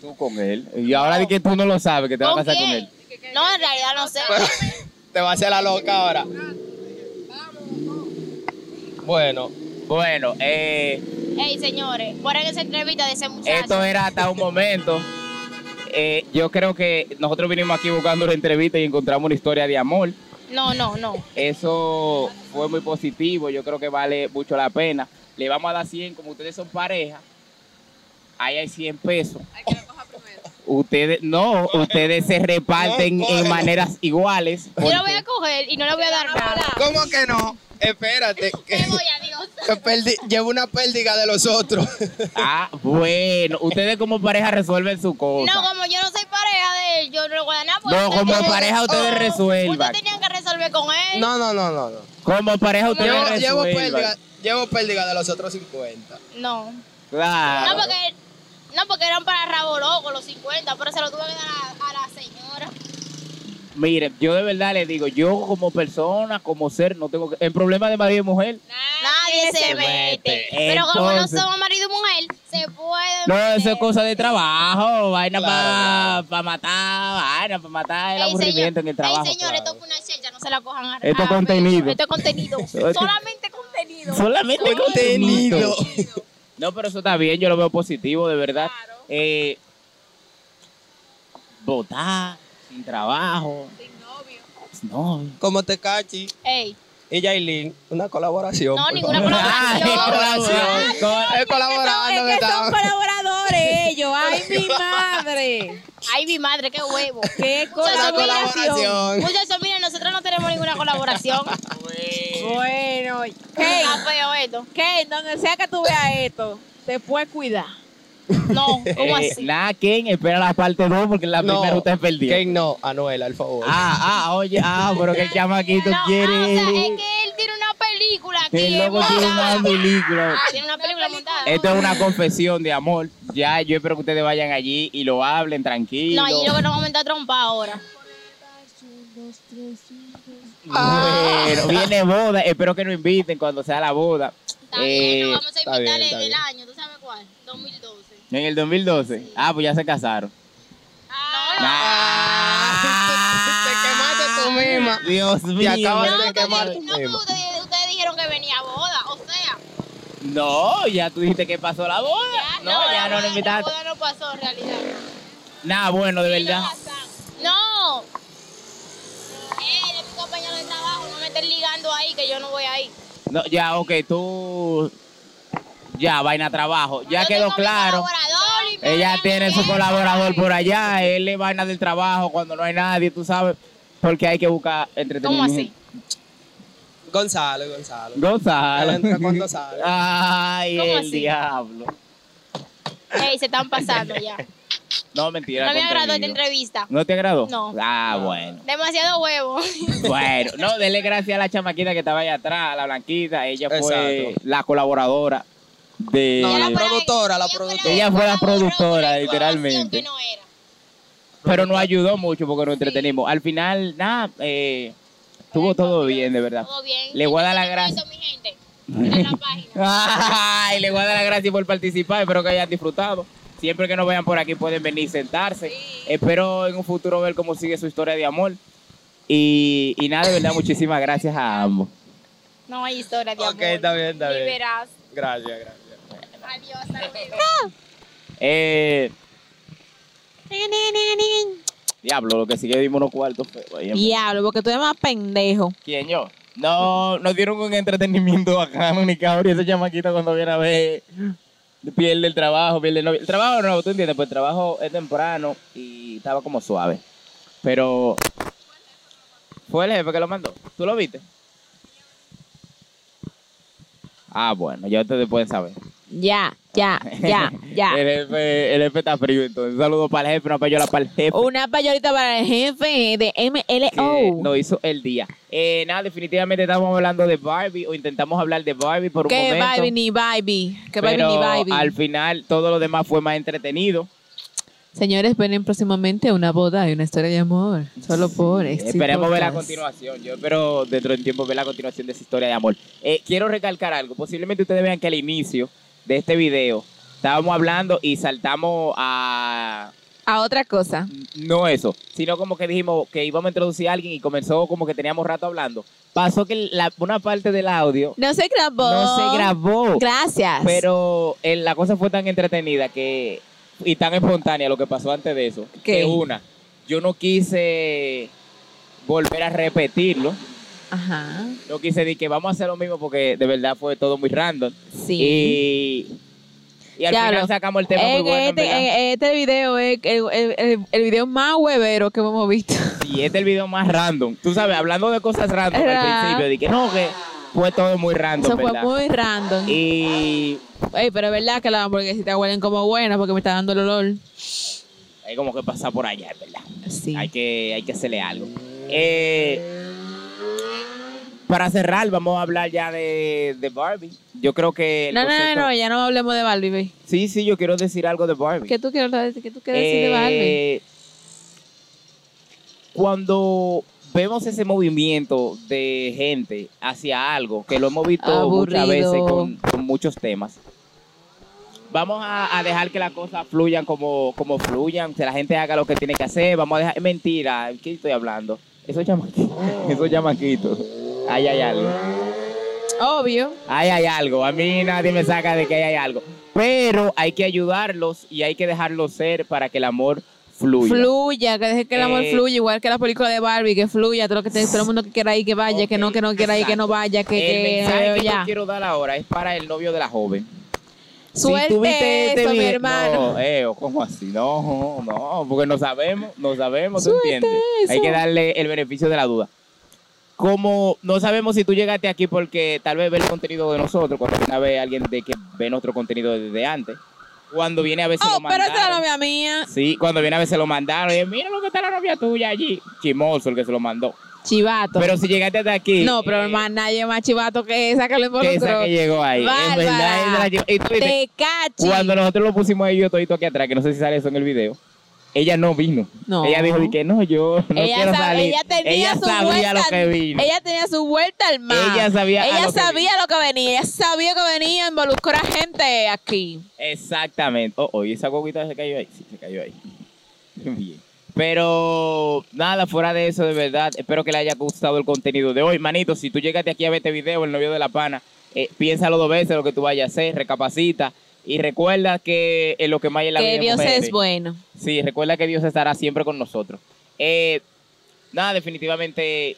Speaker 1: Tú con él. Y ahora de que tú no lo sabes, que te vas a
Speaker 4: ¿Con
Speaker 1: casar con
Speaker 4: quién?
Speaker 1: él.
Speaker 4: No, en realidad no sé.
Speaker 6: Te va a hacer la loca ahora. Bueno,
Speaker 1: Bueno, eh,
Speaker 4: Ey, señores, ponen esa entrevista de ese muchacho.
Speaker 1: esto era hasta un momento. Eh, yo creo que nosotros vinimos aquí buscando la entrevista y encontramos una historia de amor.
Speaker 4: No, no, no.
Speaker 1: Eso fue muy positivo, yo creo que vale mucho la pena. Le vamos a dar 100, como ustedes son pareja, ahí hay 100 pesos. Ustedes, no, ustedes se reparten
Speaker 6: No,
Speaker 1: en
Speaker 6: cógelo.
Speaker 1: maneras iguales.
Speaker 4: Yo lo voy a coger y no le voy a dar nada.
Speaker 6: ¿cómo que no? Espérate,
Speaker 4: Me
Speaker 6: que,
Speaker 4: voy, adiós.
Speaker 6: que perdi- llevo una pérdida de los otros.
Speaker 1: Ah, bueno, ustedes como pareja resuelven su cosa.
Speaker 4: No, como yo no soy pareja de él, yo no le voy a dar nada. porque
Speaker 1: No,
Speaker 4: ustedes
Speaker 1: como
Speaker 4: tenían-
Speaker 1: pareja ustedes resuelvan.
Speaker 4: Ustedes tenían que resolver con él.
Speaker 6: No, no, no, no. no.
Speaker 1: Como pareja ustedes
Speaker 6: Llevo, llevo
Speaker 1: resuelvan.
Speaker 6: pérdida, llevo pérdida de los otros 50.
Speaker 4: No. No,
Speaker 1: Claro.
Speaker 4: porque, no, porque eran para rabo loco los 50, pero se lo tuve que dar a, a la señora.
Speaker 1: Miren, yo de verdad les digo, yo como persona, como ser, no tengo que... En problemas de marido y mujer,
Speaker 4: Nadie se mete. Pero como no
Speaker 1: Entonces-
Speaker 4: somos marido y mujer, se puede.
Speaker 1: No,
Speaker 4: meter.
Speaker 1: eso es cosa de trabajo, vaina
Speaker 6: Claro,
Speaker 1: para matar, vaina para matar el
Speaker 4: Ey,
Speaker 1: aburrimiento en el trabajo.
Speaker 4: Ey, señores,
Speaker 1: claro.
Speaker 4: esto fue una chelcha, no se la cojan a
Speaker 1: Esto es
Speaker 4: a-
Speaker 1: contenido.
Speaker 4: Esto es contenido. Solamente contenido.
Speaker 1: Solamente
Speaker 6: Contenido.
Speaker 1: contenido. No, pero eso está bien, yo lo veo positivo, de verdad. Eh, votar, sin trabajo. Sin novio.
Speaker 6: Como Tecachi
Speaker 4: Ey,
Speaker 6: y Yailin, una colaboración.
Speaker 4: No,
Speaker 6: por
Speaker 4: ninguna
Speaker 6: favor.
Speaker 1: Ah,
Speaker 4: colaboración.
Speaker 1: colaboración. Col-
Speaker 6: Es colaborando
Speaker 7: es
Speaker 6: que
Speaker 7: que son
Speaker 6: estamos.
Speaker 7: colaboradores ellos. Ay, mi madre.
Speaker 4: ay, mi madre, qué huevo.
Speaker 7: Qué
Speaker 4: Muchachos,
Speaker 6: Una
Speaker 4: mira,
Speaker 7: colaboración.
Speaker 6: colaboración.
Speaker 4: Muchachos, mira, nosotros tenemos ninguna colaboración.
Speaker 7: Bueno,
Speaker 4: Está
Speaker 7: Kane,
Speaker 4: feo esto.
Speaker 7: Kane, donde sea que tú veas esto, te puedes cuidar.
Speaker 4: No, ¿cómo
Speaker 1: Eh,
Speaker 4: así?
Speaker 1: Nada, Ken, espera la parte 2 porque la
Speaker 6: No,
Speaker 1: primera usted perdió.
Speaker 6: Ken no, Anuel, al favor.
Speaker 1: Ah, ah, oye, ah, pero que el chamaquito
Speaker 4: No, ah, o
Speaker 1: quiere.
Speaker 4: sea, es que él tiene una película
Speaker 1: que
Speaker 4: aquí
Speaker 1: el loco tiene
Speaker 4: montada.
Speaker 1: una película.
Speaker 4: Ah, Tiene una película montada.
Speaker 1: Esto es una confesión de amor. Ya, yo espero que ustedes vayan allí y lo hablen tranquilo.
Speaker 4: No, allí lo que nos vamos a entrar trompa ahora.
Speaker 1: Bueno, viene boda. Espero que nos inviten cuando sea la boda.
Speaker 4: También
Speaker 1: Eh,
Speaker 4: nos vamos a
Speaker 6: está bien,
Speaker 4: invitar
Speaker 6: está
Speaker 4: en el
Speaker 6: bien.
Speaker 4: año, ¿tú sabes cuál? 2012.
Speaker 1: En el 2012. Ah, pues ya se casaron.
Speaker 4: Ah,
Speaker 6: Te quemaste tú misma.
Speaker 1: Ah. Dios mío.
Speaker 6: acabas
Speaker 4: No,
Speaker 6: de
Speaker 4: ustedes,
Speaker 6: quemar.
Speaker 4: no, que ustedes, ustedes dijeron que venía a boda, o sea,
Speaker 1: No, ya tú dijiste que pasó la boda.
Speaker 4: ya
Speaker 1: no, ya no lo
Speaker 4: la boda- la
Speaker 1: invitaste.
Speaker 4: boda no pasó en realidad.
Speaker 1: Nada, bueno, de
Speaker 4: Sí,
Speaker 1: verdad.
Speaker 4: no pasa. No. Eh, de mi compañero de trabajo, no me estén ligando ahí, que yo no voy ahí.
Speaker 1: No, ya, ok, tú. Ya, vaina trabajo. Ya
Speaker 4: Yo
Speaker 1: quedó
Speaker 4: tengo mi
Speaker 1: claro.
Speaker 4: colaborador y me
Speaker 1: Ella
Speaker 4: hagan
Speaker 1: tiene su
Speaker 4: bien.
Speaker 1: colaborador por allá. Él le vaina del trabajo cuando no hay nadie, tú sabes. Porque hay que buscar
Speaker 4: ¿Cómo
Speaker 1: entretenimiento.
Speaker 4: así?
Speaker 6: Gonzalo, Gonzalo. Ah.
Speaker 1: Gonzalo.
Speaker 6: Entra con Gonzalo.
Speaker 1: Ay,
Speaker 4: ¿Cómo
Speaker 1: el
Speaker 4: así?
Speaker 1: diablo.
Speaker 4: Ey, se están pasando ya.
Speaker 1: No, mentira.
Speaker 4: No me
Speaker 1: contenido.
Speaker 4: agradó esta entrevista.
Speaker 1: ¿No te agradó?
Speaker 4: No.
Speaker 1: Ah, bueno.
Speaker 4: Demasiado huevo.
Speaker 1: Bueno, no, dele gracias a la chamaquita que estaba allá atrás, a la blanquita. Ella fue
Speaker 6: Exacto.
Speaker 1: la colaboradora de.
Speaker 6: No, la
Speaker 4: Ella fue
Speaker 6: productora, la
Speaker 4: ella fue
Speaker 6: productora.
Speaker 1: Ella fue la
Speaker 4: colaboró con
Speaker 1: productora,
Speaker 4: la
Speaker 1: literalmente.
Speaker 4: información que no era.
Speaker 1: Pero nos ayudó mucho porque nos entretenimos. Al final, nada, eh, estuvo todo bien, de verdad.
Speaker 4: Todo bien.
Speaker 1: Le voy a dar
Speaker 4: Yo
Speaker 1: la
Speaker 4: te
Speaker 1: gracia.
Speaker 4: invito, mi gente, en la página.
Speaker 1: Ay, le voy a dar las gracias por participar. Espero que hayan disfrutado. Siempre que nos vean por aquí pueden venir sentarse. Espero en un futuro ver cómo sigue su historia de amor. Y, y nada, de verdad, muchísimas gracias a ambos.
Speaker 4: No hay historia de
Speaker 6: Ok,
Speaker 4: amor.
Speaker 6: está bien, está
Speaker 4: Ni
Speaker 6: bien.
Speaker 4: verás.
Speaker 6: Gracias, gracias.
Speaker 4: Adiós, hasta luego.
Speaker 1: Eh, diablo, lo que sigue dimos unos cuartos. feos ahí en-
Speaker 7: Diablo, porque tú eres más pendejo.
Speaker 1: ¿Quién yo? No, nos dieron un entretenimiento bacano, ni cabrón. Y ese chamaquito cuando viene a ver, pierde el trabajo, pierde el novio. El trabajo no, tú entiendes, pues el trabajo es temprano y estaba como suave. Pero. Fue el jefe que lo mandó. ¿Tú lo viste? Ah, bueno, ya ustedes pueden saber.
Speaker 7: Ya, ya, ya, ya.
Speaker 1: El jefe, el jefe está frío, entonces. Un saludo para el jefe, una payola para el jefe.
Speaker 7: Una payorita para el jefe de
Speaker 1: que
Speaker 7: MLO.
Speaker 1: nos hizo el día. Eh, nada, definitivamente estamos hablando de Barbie o intentamos hablar de Barbie por un
Speaker 7: Que
Speaker 1: momento.
Speaker 7: Barbie ni Barbie. Que Barbie
Speaker 1: pero
Speaker 7: ni Barbie.
Speaker 1: al final todo lo demás fue más entretenido.
Speaker 7: Señores, vienen próximamente una boda y una historia de amor. Solo por Éxito
Speaker 1: Eh, Esperemos ver la
Speaker 7: Podcast.
Speaker 1: continuación. Yo espero dentro de un tiempo ver la continuación de esa historia de amor. Eh, quiero recalcar algo. Posiblemente ustedes vean que al inicio de este video estábamos hablando y saltamos a
Speaker 7: A otra cosa.
Speaker 1: no eso, sino como que dijimos que íbamos a introducir a alguien y comenzó como que teníamos rato hablando. Pasó que la- una parte del audio
Speaker 7: No se grabó.
Speaker 1: no se grabó.
Speaker 7: Gracias.
Speaker 1: Pero eh, la cosa fue tan entretenida que y tan espontánea lo que pasó antes de eso.
Speaker 7: ¿Qué?
Speaker 1: Que una, yo no quise volver a repetirlo.
Speaker 7: Ajá.
Speaker 1: No quise decir que vamos a hacer lo mismo porque de verdad fue todo muy random.
Speaker 7: Sí.
Speaker 1: Y, y al
Speaker 7: Diablo.
Speaker 1: final sacamos el eh, tema
Speaker 7: Eh,
Speaker 1: muy bueno. en
Speaker 7: este,
Speaker 1: verdad.
Speaker 7: eh, este video es el, el- el- el video más huevero que hemos visto.
Speaker 1: Y este es el video más random. Tú sabes, hablando de cosas random
Speaker 7: Ra-
Speaker 1: al principio, dije, no, que fue todo muy random,
Speaker 7: Eso fue
Speaker 1: ¿verdad?
Speaker 7: muy random.
Speaker 1: Y
Speaker 7: Ey, pero es verdad que las hamburguesitas huelen como buenas porque me está dando el olor.
Speaker 1: hay como que pasar por allá, es ¿verdad?
Speaker 7: Sí.
Speaker 1: Hay que, hay que hacerle algo. Eh, para cerrar, vamos a hablar ya de, de Barbie. Yo creo que. el
Speaker 7: No, no, no,
Speaker 1: concepto-
Speaker 7: no, ya no hablemos de Barbie. ve.
Speaker 1: Sí, sí, yo quiero decir algo de Barbie.
Speaker 7: ¿Qué tú quieres, hablar de- qué tú quieres decir de Barbie?
Speaker 1: Eh, Cuando vemos ese movimiento de gente hacia algo, que lo hemos visto muchas
Speaker 7: Aburrido.
Speaker 1: veces con, con muchos temas, vamos a, a dejar que las cosas fluyan como, como fluyan, que la gente haga lo que tiene que hacer, vamos a dejar... Mentira, ¿qué estoy hablando? Esos chamaquitos, esos chamaquitos. Ahí hay algo.
Speaker 7: Obvio.
Speaker 1: Ahí hay algo. A mí nadie me saca de que ahí hay algo. Pero hay que ayudarlos y hay que dejarlos ser para que el amor fluya.
Speaker 7: Fluya, que deje que el amor
Speaker 1: Eh,
Speaker 7: fluya, igual que la película de Barbie, que fluya, todo, lo que te- todo el mundo que quiera ir, que vaya, que no, que no quiera ir, que no vaya, que,
Speaker 1: el
Speaker 7: que,
Speaker 1: mensaje que
Speaker 7: ya.
Speaker 1: yo quiero dar ahora es para el novio de la joven.
Speaker 7: Suelte
Speaker 1: tú viste este
Speaker 7: eso, mi
Speaker 1: video-
Speaker 7: hermano.
Speaker 1: No, eh, ¿cómo así? No, no, porque no sabemos, no sabemos, ¿tú entiendes?
Speaker 7: eso.
Speaker 1: Hay que darle el beneficio de la duda. como no sabemos si tú llegaste aquí porque tal vez ve el contenido de nosotros, cuando una vez alguien de que ve nuestro contenido desde antes, cuando viene a veces
Speaker 2: Oh,
Speaker 1: lo
Speaker 2: pero esa es la
Speaker 1: mandaron.
Speaker 2: novia mía.
Speaker 1: Sí, cuando viene a veces lo mandaron. Y, Mira lo que está la novia tuya allí. Chimoso el que se lo mandó.
Speaker 2: Chivato.
Speaker 1: Pero si llegaste hasta aquí.
Speaker 2: no, pero
Speaker 1: eh,
Speaker 2: hermano, nadie más chivato que esa que lo
Speaker 1: que esa
Speaker 2: involucró.
Speaker 1: que llegó ahí.
Speaker 2: Bárbara.
Speaker 1: En verdad, esa la llevó. Y tú dices,
Speaker 2: Te cachi.
Speaker 1: cuando nosotros lo pusimos ellos todito aquí atrás, que no sé si sale eso en el video, ella no vino.
Speaker 2: No.
Speaker 1: Ella dijo de que no, yo no
Speaker 2: ella,
Speaker 1: quiero
Speaker 2: sab-
Speaker 1: salir.
Speaker 2: ella tenía
Speaker 1: Ella
Speaker 2: su
Speaker 1: sabía
Speaker 2: vuelta,
Speaker 1: lo que vino.
Speaker 2: Ella tenía su vuelta al mar.
Speaker 1: Ella sabía a
Speaker 2: Ella
Speaker 1: lo que
Speaker 2: sabía lo que venía. Ella sabía que venía a involucrar a gente aquí.
Speaker 1: Exactamente. Oh, oh, ¿y esa guaguita se cayó ahí. Sí, se cayó ahí. Bien. Pero nada, fuera de eso, de verdad, espero que le haya gustado el contenido de hoy. Manito, si tú llegaste aquí a ver este video, el novio de la pana, eh, piénsalo dos veces lo que tú vayas a hacer, recapacita y recuerda que eh, lo que más es la vida
Speaker 2: que Dios
Speaker 1: mujeres.
Speaker 2: es bueno.
Speaker 1: Sí, recuerda que Dios estará siempre con nosotros. Eh, nada, definitivamente,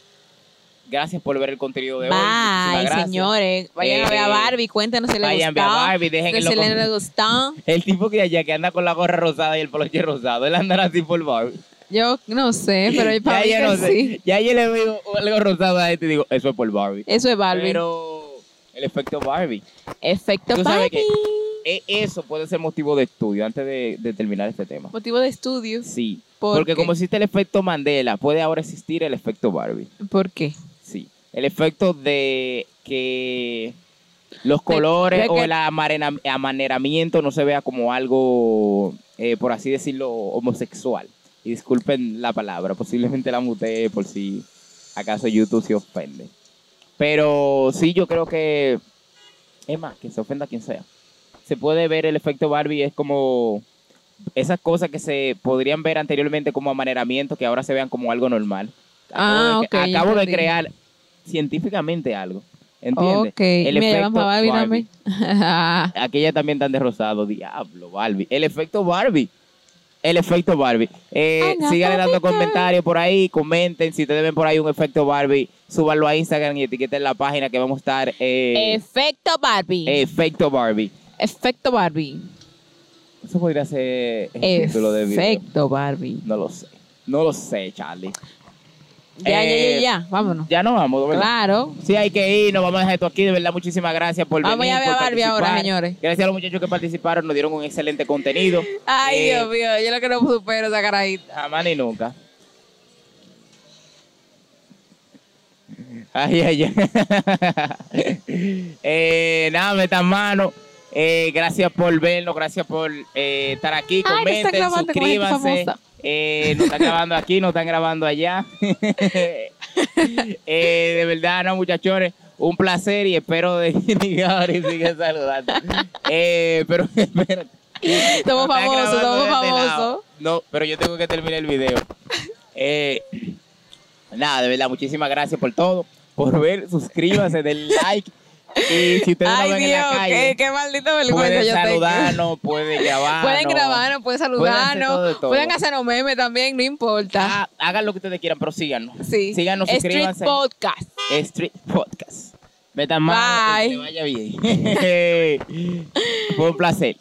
Speaker 1: gracias por ver el contenido de hoy. Muchísimas
Speaker 2: Bye,
Speaker 1: gracias.
Speaker 2: señores. Vayan a ver a
Speaker 1: Eh,
Speaker 2: Barbie. Cuéntenos si les
Speaker 1: vayan a ver a
Speaker 2: gustó,
Speaker 1: Barbie, dejen
Speaker 2: que
Speaker 1: en los
Speaker 2: si les
Speaker 1: comentarios.
Speaker 2: gustó.
Speaker 1: El tipo que allá que anda con la gorra rosada y el poloche rosado, él andará así por Barbie.
Speaker 2: Yo no sé, Eh, pero hay para mí
Speaker 1: ya yo
Speaker 2: que
Speaker 1: no sé.
Speaker 2: sí.
Speaker 1: Ya yo le veo algo rosado a este y digo, eso es por Barbie.
Speaker 2: Eso es Barbie.
Speaker 1: Pero el efecto Barbie.
Speaker 2: Efecto
Speaker 1: Tú sabes que
Speaker 2: Barbie.
Speaker 1: e- eso puede ser motivo de estudio antes de, de terminar este tema.
Speaker 2: Motivo de estudio.
Speaker 1: Sí.
Speaker 2: Pues, ¿Por
Speaker 1: porque
Speaker 2: qué?
Speaker 1: como existe el efecto Mandela, puede ahora existir el efecto Barbie.
Speaker 2: ¿Por qué?
Speaker 1: Sí. El efecto de que los colores
Speaker 2: de
Speaker 1: o
Speaker 2: que-
Speaker 1: el amarena- amaneramiento no se vea como algo, eh, por así decirlo, homosexual. Y disculpen la palabra, posiblemente la mutee por si acaso YouTube se ofende. Pero sí, yo creo que, es más, que se ofenda quien sea. Se puede ver el efecto Barbie, es como esas cosas que se podrían ver anteriormente como amaneramiento, que ahora se vean como algo normal.
Speaker 2: Ah,
Speaker 1: Acabo de
Speaker 2: ok.
Speaker 1: cre- Acabo de
Speaker 2: entendí.
Speaker 1: crear científicamente algo. ¿Entiendes?
Speaker 2: Ok. Mira, vamos a Barbie
Speaker 1: Barbie.
Speaker 2: también. Ajá.
Speaker 1: Aquella también tan de rosado. Diablo, Barbie. El efecto Barbie. El efecto Barbie. Eh,
Speaker 2: Ana,
Speaker 1: síganle dando
Speaker 2: papita.
Speaker 1: comentarios por ahí. Comenten. Si ustedes ven por ahí un efecto Barbie, súbanlo a Instagram y etiqueten la página que vamos a estar. eh,
Speaker 2: Efecto Barbie.
Speaker 1: efecto Barbie.
Speaker 2: Efecto Barbie.
Speaker 1: Eso podría ser el título de video.
Speaker 2: Efecto Barbie.
Speaker 1: No lo sé. No lo sé, Charlie.
Speaker 2: Ya, ya,
Speaker 1: Eh,
Speaker 2: ya, ya. Vámonos.
Speaker 1: Ya nos vamos, ¿verdad?
Speaker 2: Claro.
Speaker 1: Sí, hay que ir, nos vamos a dejar esto aquí. De verdad, muchísimas gracias por
Speaker 2: Vamos
Speaker 1: venir.
Speaker 2: Ah, a ver
Speaker 1: por
Speaker 2: a Barbie ahora,
Speaker 1: participar.
Speaker 2: señores.
Speaker 1: Gracias a los muchachos que participaron, nos dieron un excelente contenido.
Speaker 2: Ay,
Speaker 1: Eh,
Speaker 2: Dios mío, yo lo que no supero esa carajita.
Speaker 1: Jamás ni nunca. Ay, ay, ay. eh, nada, metan mano. Eh, gracias por vernos, gracias por eh, estar aquí.
Speaker 2: Ay, me está
Speaker 1: Comenten,
Speaker 2: grabando como gente
Speaker 1: suscríbanse.
Speaker 2: famosa.
Speaker 1: Eh, nos están grabando aquí, nos están grabando allá. Eh, de verdad, no, muchachones. Un placer y espero de que siga saludando. Eh, pero espérate.
Speaker 2: Estamos
Speaker 1: Nos están
Speaker 2: famosos,
Speaker 1: grabando
Speaker 2: estamos
Speaker 1: de este
Speaker 2: famosos.
Speaker 1: lado. No, pero yo tengo que terminar el video. Eh, nada, de verdad, muchísimas gracias por todo, por ver, suscríbase, den like. Y si ustedes
Speaker 2: Ay,
Speaker 1: nos ven en la
Speaker 2: Dios, qué,
Speaker 1: calle,
Speaker 2: qué maldito vergüenza
Speaker 1: pueden
Speaker 2: yo tengo.
Speaker 1: saludarnos, pueden grabarnos.
Speaker 2: Pueden grabarnos, pueden
Speaker 1: hacer todo de
Speaker 2: saludarnos,
Speaker 1: todo.
Speaker 2: pueden hacernos memes también, no importa.
Speaker 1: Ah, hagan lo que ustedes quieran, pero síganos.
Speaker 2: sí.
Speaker 1: Síganos,
Speaker 2: Street
Speaker 1: suscríbanse.
Speaker 2: Podcast.
Speaker 1: Street Podcast. Metan mano,
Speaker 2: Bye.
Speaker 1: que te vaya bien. Fue un placer.